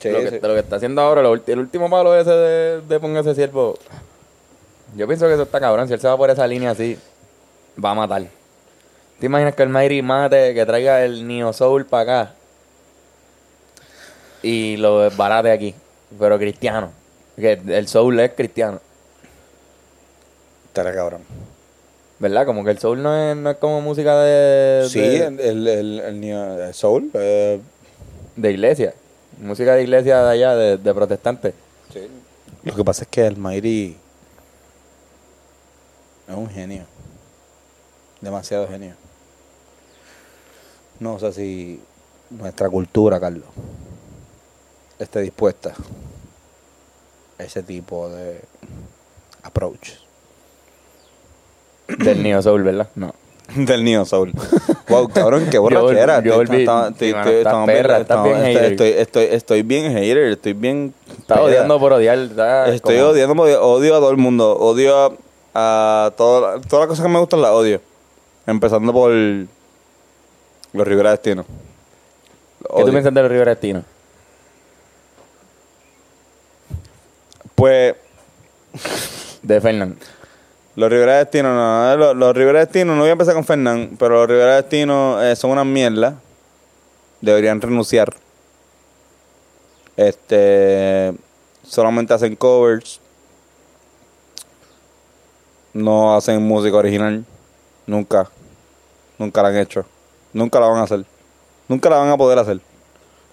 S2: Sí,
S1: lo, que,
S2: sí.
S1: lo que está haciendo ahora, lo ulti- el último palo ese de, de ponga ese ciervo. Yo pienso que eso está cabrón. Si él se va por esa línea así, va a matar. ¿Te imaginas que el Mayri mate, que traiga el Neo Soul para acá? Y lo desbarate aquí. Pero cristiano. Que el Soul es cristiano.
S2: Estaría cabrón.
S1: ¿Verdad? Como que el Soul no es, no es como música de,
S2: Sí,
S1: de,
S2: el, el, el, el neo- el soul. eh,
S1: de iglesia. Música de iglesia de allá, de, de protestantes.
S2: Lo que pasa es que el Mayri es un genio. Demasiado genio. No sé si nuestra cultura, Carlos, esté dispuesta a ese tipo de approach.
S1: Del Neo Soul, ¿verdad? No.
S2: Del Neo Soul. Wow, cabrón, qué borrachera.
S1: Yo volví-
S2: Estoy- estaba-
S1: sí,
S2: estoy-
S1: mano,
S2: estoy-
S1: estás
S2: estamos-
S1: perra, estás
S2: estamos-
S1: bien
S2: estoy-
S1: hater.
S2: Estoy estoy- estoy bien hater, estoy bien.
S1: Está
S2: perra.
S1: odiando por odiar. está
S2: Estoy
S1: como-
S2: odiando, odio a todo el mundo. Odio a, a toda- todas las cosas que me gustan, las odio. Empezando por los Rivera Destino. Los
S1: ¿Qué tú
S2: odio.
S1: piensas de los Rivera Destino?
S2: Pues
S1: De Fernán.
S2: los Rivera Destino, no, no, los, los Rivera Destino, no voy a empezar con Fernán, pero los Rivera Destino eh, son una mierda. Deberían renunciar. Este, solamente hacen covers. No hacen música original. Nunca. Nunca la han hecho. Nunca la van a hacer. Nunca la van a poder hacer.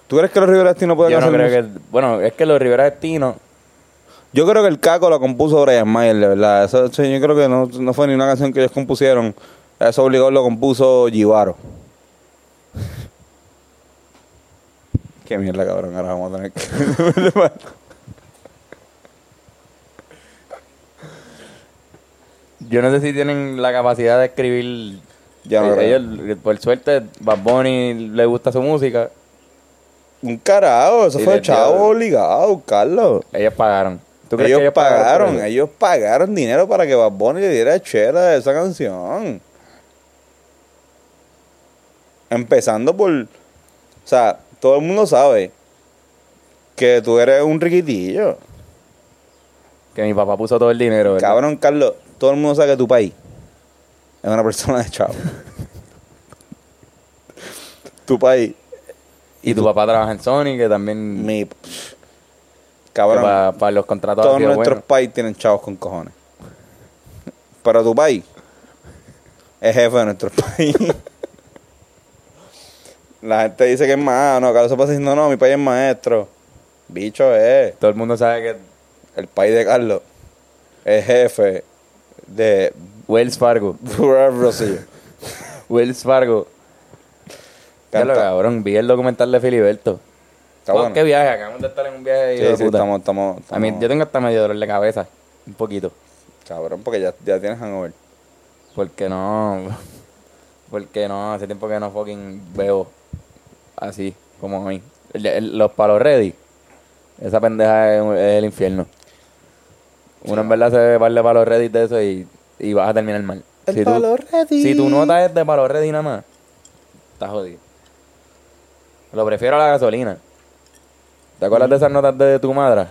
S2: ¿Tú crees que los Rivera Destino pueden
S1: Yo no
S2: hacer
S1: creo
S2: música?
S1: que. Bueno, es que los Rivera Destino.
S2: Yo creo que el caco la compuso Brian Mayer, de verdad. Eso, eso yo creo que no, no fue ni una canción que ellos compusieron. Eso obligado lo compuso Givaro. Qué mierda, cabrón. Ahora vamos a tener que...
S1: Yo no sé si tienen la capacidad de escribir.
S2: Ya no
S1: Eh,
S2: creo.
S1: ellos, por suerte, Bad Bunny le gusta su música.
S2: Un carajo. Eso
S1: Sí,
S2: fue
S1: del
S2: chavo
S1: diablo.
S2: obligado, Carlos.
S1: Ellos pagaron. ¿Tú crees
S2: Ellos,
S1: que ellos
S2: pagaron.
S1: por eso?
S2: ellos pagaron dinero para que Bad Bunny le diera chera de esa canción. Empezando por... O sea, todo el mundo sabe que tú eres un riquitillo.
S1: Que mi papá puso todo el dinero. ¿verdad?
S2: Cabrón, Carlos, todo el mundo sabe que tu país es una persona de chavo. tu país,
S1: Y tu papá trabaja en Sony, que también.
S2: mi. Cabrón,
S1: para, los contratos.
S2: todos
S1: ha sido
S2: nuestros
S1: bueno.
S2: países tienen chavos con cojones. Pero tu país es jefe de nuestro país. La gente dice que es más, no, Carlos se pasa diciendo, no, mi país es maestro. Bicho es.
S1: Todo el mundo sabe que
S2: El país de Carlos es jefe de.
S1: Wells Fargo.
S2: Rocío.
S1: Wells Fargo. Ya lo
S2: Canta.
S1: cabrón. Vi el documental de Filiberto.
S2: Está
S1: Wow,
S2: bueno.
S1: ¿Qué viaje? Acabamos de estar en un viaje.
S2: Sí,
S1: hijo de
S2: sí,
S1: puta.
S2: estamos, estamos,
S1: A mí,
S2: estamos-
S1: yo tengo hasta medio dolor de cabeza. Un poquito.
S2: Cabrón, porque ya, ya tienes hangover.
S1: Porque no. Porque no. Hace tiempo que no fucking veo así como hoy. El- el- los palos ready. Esa pendeja es, un- es el infierno. Uno en verdad se ve par de palos ready de eso y, y vas a terminar mal.
S2: El
S1: tú-
S2: palo ready.
S1: Si tu nota es de palos ready nada más, Está jodido. Lo prefiero a la gasolina. ¿Te acuerdas de esas
S2: Mm.
S1: notas de tu madre?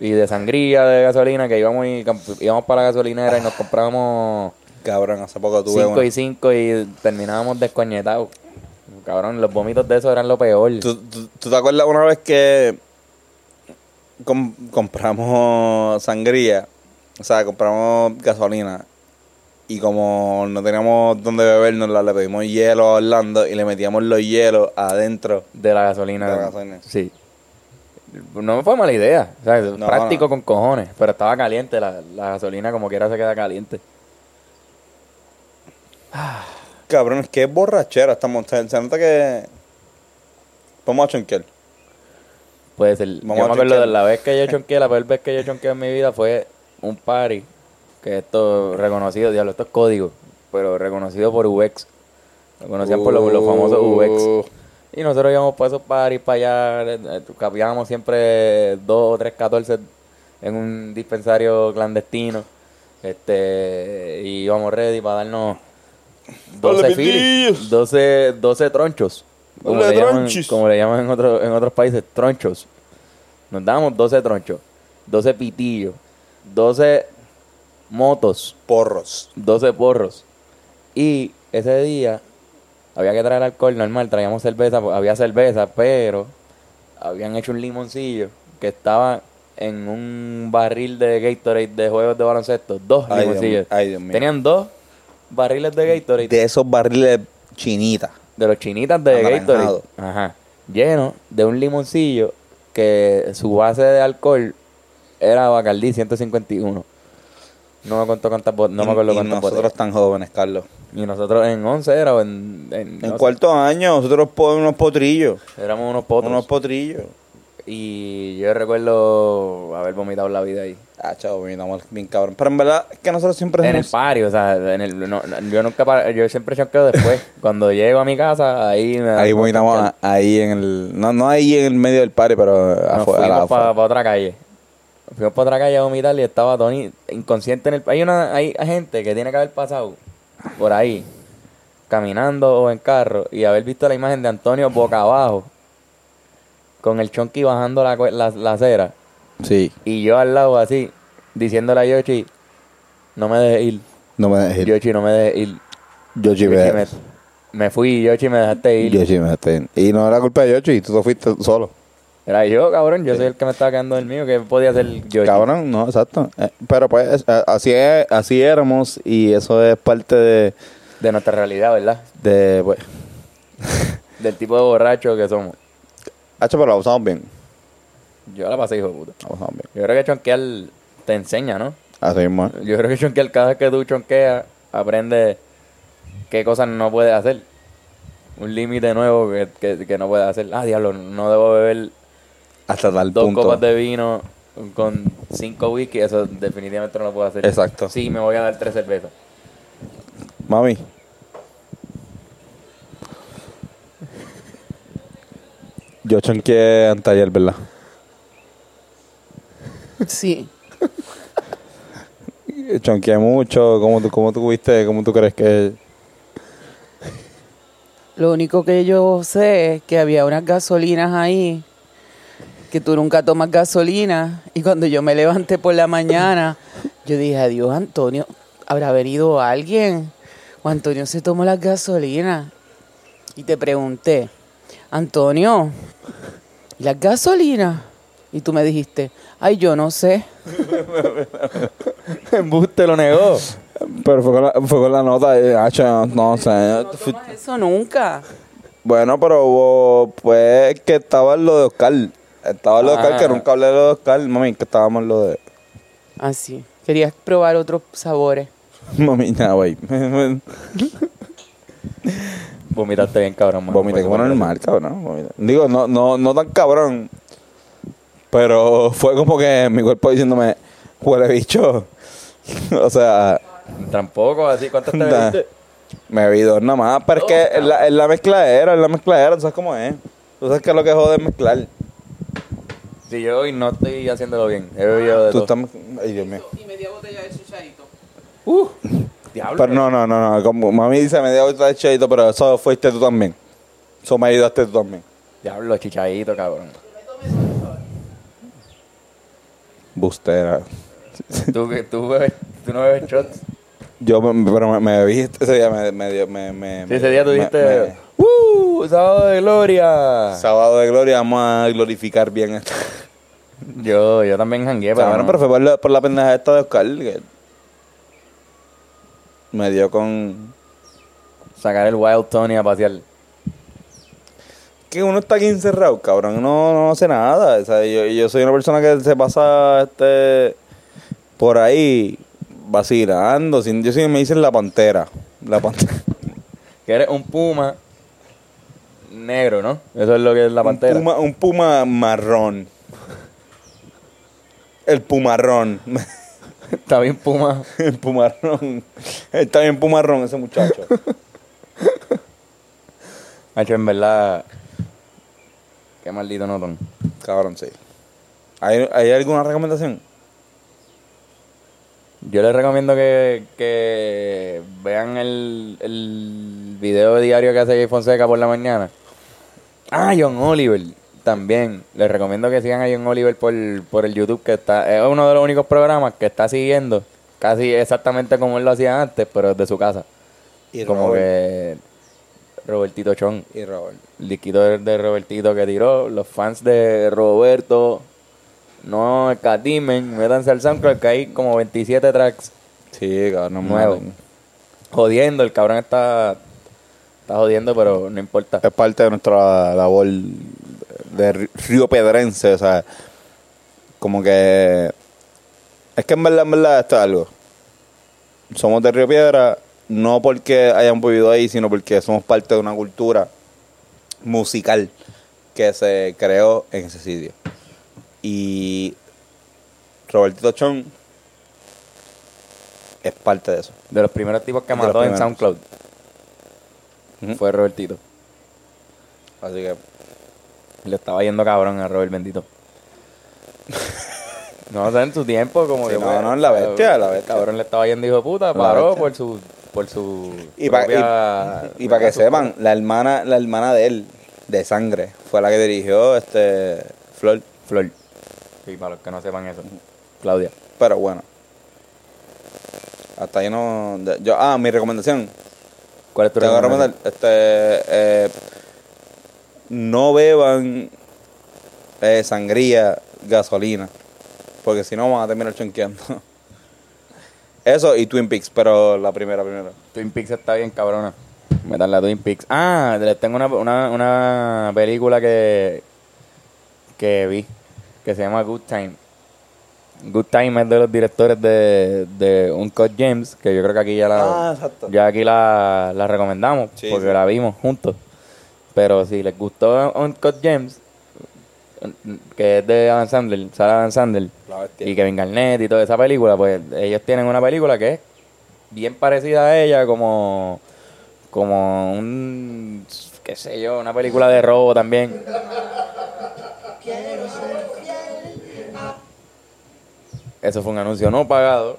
S1: Y de sangría, de gasolina, que íbamos, y camp- íbamos para la gasolinera y nos comprábamos
S2: Cabrón, hace poco tuve
S1: 5
S2: una.
S1: y 5 y terminábamos descoñetados. Cabrón, los vómitos de eso eran lo peor.
S2: ¿Tú, tú, tú te acuerdas una vez que com- compramos sangría? O sea, compramos gasolina. Y como no teníamos dónde bebernosla, le pedimos hielo a Orlando y le metíamos los hielos adentro.
S1: De la gasolina.
S2: De la gasolina.
S1: Sí. No me fue mala idea. O sea, es
S2: No,
S1: práctico
S2: no.
S1: con cojones. Pero estaba caliente. La, la gasolina como quiera se queda caliente.
S2: Cabrón, qué borrachera estamos. Se, se nota que. Vamos a chonquear.
S1: Puede ser.
S2: Vamos
S1: Pues, yo
S2: a
S1: me acuerdo de
S2: chonquear.
S1: la vez que yo chonqué, la peor vez que yo chonqué en mi vida fue un party. Que esto reconocido, diablo, esto es código. Pero reconocido por UX. Lo conocían por los, los famosos
S2: Uh.
S1: UX. Y nosotros íbamos para esos paris, para allá. eh, eh, Capeábamos siempre dos o tres 14 en un dispensario clandestino. Este, y íbamos ready para darnos 12
S2: Dale,
S1: filis,
S2: pitillos.
S1: 12, 12 tronchos. Como
S2: Dale,
S1: le, llaman,
S2: tronchis.
S1: como le llaman en, otro- en otros países, tronchos. Nos dábamos 12 tronchos, 12 pitillos, 12 motos,
S2: Porros.
S1: 12 porros. Y ese día había que traer alcohol normal, traíamos cerveza, pues, había cerveza, pero habían hecho un limoncillo que estaba en un barril de Gatorade de juegos de baloncesto. Dos
S2: Ay, Dios
S1: limoncillos.
S2: mío, ay, Dios mío.
S1: Tenían dos barriles de Gatorade, de,
S2: De esos barriles chinitas.
S1: los chinitas de Gatorade.
S2: Anaranjado.
S1: Ajá. Lleno de un limoncillo que su base de alcohol era Bacardí 151. No me contó cuántas bot- no me acuerdo
S2: Y- y
S1: cuántas
S2: Nosotros
S1: botellas.
S2: tan jóvenes, Carlos.
S1: Y nosotros en 11 era o en, en,
S2: En
S1: no sé,
S2: cuarto año, nosotros po- unos potrillos.
S1: éramos unos potos.
S2: Unos potrillos.
S1: y yo recuerdo haber vomitado la vida ahí.
S2: Ah, chavo, vomitamos bien cabrón. Pero en verdad es que nosotros siempre
S1: En el
S2: somos-
S1: pario, o sea, en el, no, no, yo nunca pa- yo siempre chonqueo después. Cuando llego a mi casa, ahí me
S2: Ahí vomitamos
S1: nos
S2: a- ahí en el... No, no ahí en el medio del party, pero afuera.
S1: fuimos
S2: afuera.
S1: para otra calle. Nos Fuimos para otra calle a vomitar y estaba Tony inconsciente en el hay una hay gente que tiene que haber pasado por ahí caminando o en carro y haber visto la imagen de Antonio boca abajo con el chonqui bajando la, cue- la, la acera
S2: Sí,
S1: y yo al lado así diciéndole a Yoshi no me dejes ir
S2: no me dejé. Yo,
S1: Yoshi no me dejes ir
S2: yo sí
S1: Yoshi,
S2: me
S1: me, me fui Yoshi me dejaste ir
S2: Yo sí me dejé. Y no era culpa de Yoshi, tú te fuiste solo.
S1: era yo cabrón yo soy el que me estaba quedando el mío que podía hacer Yoshi
S2: Cabrón, no, exacto. Eh, pero pues es- eh, así, es, así éramos y eso es parte de...
S1: de nuestra realidad verdad
S2: de pues,
S1: Del tipo de borracho que somos.
S2: Hacho, pero la usamos bien.
S1: Yo la pasé, hijo de puta.
S2: La usamos bien.
S1: Yo creo que chonquear te enseña, ¿no?
S2: Así mismo. eh.
S1: Yo creo que chonquear, cada vez que tú chonqueas, aprendes qué cosas no puedes hacer. Un límite nuevo que, que- que no puedes hacer. Ah, diablo, no debo beber
S2: Hasta tal
S1: dos
S2: punto.
S1: copas de vino con cinco whisky. Eso definitivamente no lo puedo hacer.
S2: Exacto.
S1: Sí, me voy a dar tres cervezas.
S2: Mami. Yo chonqué antayer, ¿verdad?
S5: Sí.
S2: Chonqué mucho. ¿Cómo tú, cómo tú viste? ¿Cómo tú crees que...?
S5: Lo único que yo sé es que había unas gasolinas ahí, que tú nunca tomas gasolina, y cuando yo me levanté por la mañana, yo dije, adiós Antonio, ¿habrá venido alguien? O Antonio se tomó las gasolinas. Y te pregunté, Antonio, ¿y las gasolinas? Y tú me dijiste, ay, yo no sé.
S1: Embuste lo negó.
S2: Pero fue con la, fue con la nota. eh, hacho, no, no sé. Fui-
S5: Tomas eso nunca.
S2: Bueno, pero hubo- pues que estaba lo de Oscar. Estaba lo de Oscar,
S1: Ah.
S2: que nunca hablé de lo de Oscar. Mami, que estábamos lo de...
S5: Así, querías probar otros sabores.
S2: Mami, nada, güey.
S1: Vomitaste bien, cabrón. mano.
S2: Vomité como normal, cabrón. vomité. Digo, no, no, no tan cabrón. Pero fue como que mi cuerpo diciéndome, huele bicho. o sea,
S1: Tampoco, así. ¿Cuántas te
S2: da-
S1: bebiste?
S2: me vi dos nada más. Pero es que
S1: Oh,
S2: es la, es la mezcladera, es la mezcladera. Tú sabes cómo es. Tú sabes que es lo que jode es mezclar.
S1: Si yo hoy no estoy haciéndolo bien. He bebido de
S2: Tú
S1: todo.
S2: estás... mez- Ay, Dios mío.
S5: Y media botella de chuchadito.
S1: Diablo.
S2: Pero no, no, no, no. Como mami dice, me dio otra chedito, pero eso fuiste tú también. Eso me ayudaste tú también.
S1: Diablo, chichadito, cabrón.
S2: Bustera.
S1: ¿Tú, que- tú, bebes- tú no bebes shots.
S2: Yo, me- pero me, me vi ese día, me, me dio, me, me-
S1: Sí, ese día tú
S2: me-
S1: dijiste, ¡Uh! ¡Sábado de gloria!
S2: me- sábado de gloria, vamos a glorificar bien esto.
S1: Yo, yo también jangué, pero.
S2: Cabrón,
S1: no.
S2: pero fue por la, por la pendeja esta de Oscar, que me dio con...
S1: Sacar el Wild Tony a pasear.
S2: Que uno está aquí encerrado, cabrón, no, no hace nada. O sea, yo, yo soy una persona que se pasa este por ahí vacilando. Sin, yo sí me dicen la pantera. La pantera.
S1: Que eres un puma negro, ¿no? Eso es lo que es la pantera.
S2: Un puma, un puma marrón. El pumarrón.
S1: Está bien puma.
S2: El pumarrón. Está bien pumarrón ese muchacho.
S1: Hacho, en verdad. Qué maldito notón.
S2: Cabrón, sí. ¿Hay, hay alguna recomendación?
S1: Yo les recomiendo que, que vean el, el video diario que hace Jay Fonseca por la mañana. Ah, John Oliver también. Les recomiendo que sigan a John Oliver por, por el YouTube, que está es uno de los únicos programas que está siguiendo casi exactamente como él lo hacía antes, pero desde su casa. como que Robertito Chon.
S2: Y Robert.
S1: El disquito de, de Robertito que tiró. Los fans de Roberto no escatimen. Métanse al SoundCloud que hay como 27 tracks
S2: Sí, cabrón,
S1: nuevos.
S2: maten.
S1: Jodiendo, el cabrón está, está jodiendo, pero no importa.
S2: Es parte de nuestra labor de ri- río pedrense, o sea, como que... Es que en verdad, en verdad, esto es algo. Somos de Río Piedra, no porque hayan vivido ahí, sino porque somos parte de una cultura musical que se creó en ese sitio. Y Robertito Chon es parte de eso.
S1: De los primeros tipos que
S2: De los
S1: mató en
S2: primeros.
S1: SoundCloud
S2: Ujú.
S1: fue Robertito.
S2: Así que
S1: Le estaba yendo cabrón a Robert Bendito. no, o sea, en su tiempo, como
S2: Sí,
S1: que.
S2: no,
S1: pues,
S2: no, la bestia, la bestia.
S1: Cabrón le estaba yendo hijo de puta,
S2: La
S1: paró
S2: bestia.
S1: por su. Por su
S2: Y para
S1: propia-
S2: que
S1: su-
S2: sepan, la hermana, la hermana de él, de sangre, fue la que dirigió este Flor.
S1: Flor. Sí, para los que no sepan eso. Claudia.
S2: Pero bueno. Hasta ahí no. de- Yo, ah, mi recomendación.
S1: ¿Cuál es tu
S2: Te voy a
S1: recomendación?
S2: recomendar. Este, eh, no beban eh, sangría, gasolina. Porque si no van a terminar chonqueando. Eso y Twin Peaks, pero la primera, primera.
S1: Twin Peaks está bien cabrona. Metan la Twin Peaks. Ah, les tengo una, una, una película que, que vi, que se llama Good Time. Good Time es de los directores de, de Uncut James, que yo creo que aquí ya la,
S2: Ah, exacto.
S1: ya aquí la, la recomendamos,
S2: Sí,
S1: porque
S2: sí.
S1: la vimos juntos. Pero si les gustó Uncut James, que es de Adam Sandler, Sarah Adam Sandler,
S2: La bestia.
S1: y Kevin Garnett y toda esa película, pues ellos tienen una película que es bien parecida a ella, como, como un, qué sé yo, una película de robo también. Eso fue un anuncio no pagado.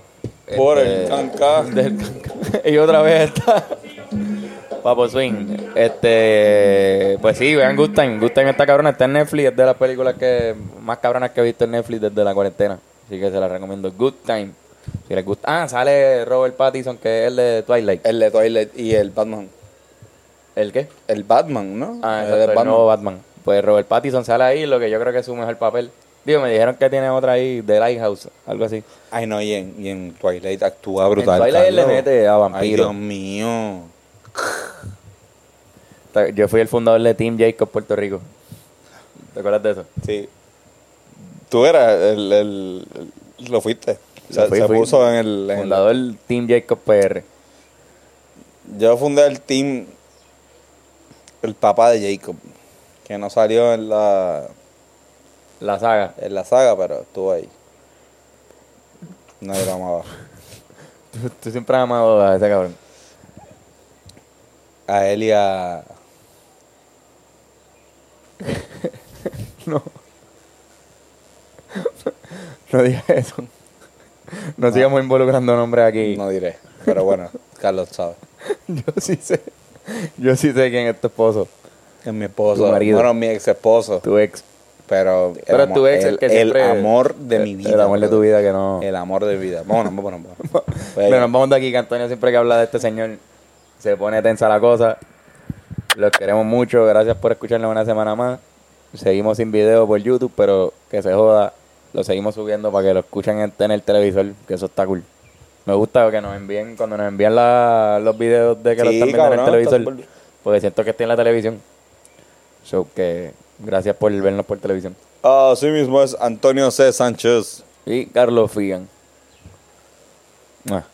S2: Por el
S1: Este,
S2: canca.
S1: del canca- y otra vez está Papo Swing. Este, pues sí, vean Good Time. Good Time está cabrona, está en Netflix, es de las películas que más cabronas que he visto en Netflix desde la cuarentena. Así que se la recomiendo. Good Time. Si les gusta. Ah, sale Robert Pattinson, que es el de Twilight.
S2: El de Twilight y el Batman.
S1: ¿El qué?
S2: El Batman, ¿no?
S1: Ah,
S2: El de
S1: exacto, el, nuevo Batman. Pues Robert Pattinson sale ahí, lo que yo creo que es su mejor papel. Digo, me dijeron que tiene otra ahí, The Lighthouse, algo así.
S2: Ay, no, y en, y en Twilight actúa brutal.
S1: Twilight él le
S2: Carlos.
S1: mete a vampiro.
S2: Ay, Dios mío.
S1: Ta- Yo fui el fundador de Team Jacob Puerto Rico. ¿Te acuerdas de eso?
S2: Sí. Tú eras el. el- el- lo fuiste.
S1: Lo
S2: Se,
S1: fui,
S2: se
S1: fui
S2: puso en el. en el-
S1: Fundador Team Jacob PR.
S2: yo fundé el team. El papá de Jacob. Que no salió en la,
S1: La saga.
S2: en la saga, pero estuvo ahí. Nadie lo amaba.
S1: Tú, tú siempre has amado a ese cabrón.
S2: A él y a.
S1: No digas eso. No sigamos involucrando nombres aquí.
S2: Ah. No diré. Pero bueno, Carlos sabe.
S1: Yo sí sé. Yo sí sé quién es tu esposo.
S2: Es mi esposo.
S1: Tu marido.
S2: Bueno, mi ex esposo.
S1: Tu ex.
S2: Pero, el
S1: Pero
S2: amor-
S1: tu ex, el, que siempre-
S2: amor de mi vida.
S1: Eh, El amor de tu vida que no.
S2: El amor de mi vida. Vámonos, vámonos, vámonos.
S1: Pero nos vamos de aquí, que Antonio siempre que habla de este señor se pone tensa la cosa. Los queremos mucho. Gracias por escucharnos una semana más. Seguimos sin video por YouTube, pero que se joda. Lo seguimos subiendo para que lo escuchen en, en el televisor, que eso está cool. Me gusta que nos envíen, cuando nos envían la- los videos de que lo
S2: Sí,
S1: están viendo en el
S2: cabrón, está
S1: televisor,
S2: súper bien.
S1: porque siento que estoy en la televisión. So que gracias por vernos por televisión.
S2: Así mismo es Antonio C. Sánchez.
S1: Y Carlos Figan. Mua.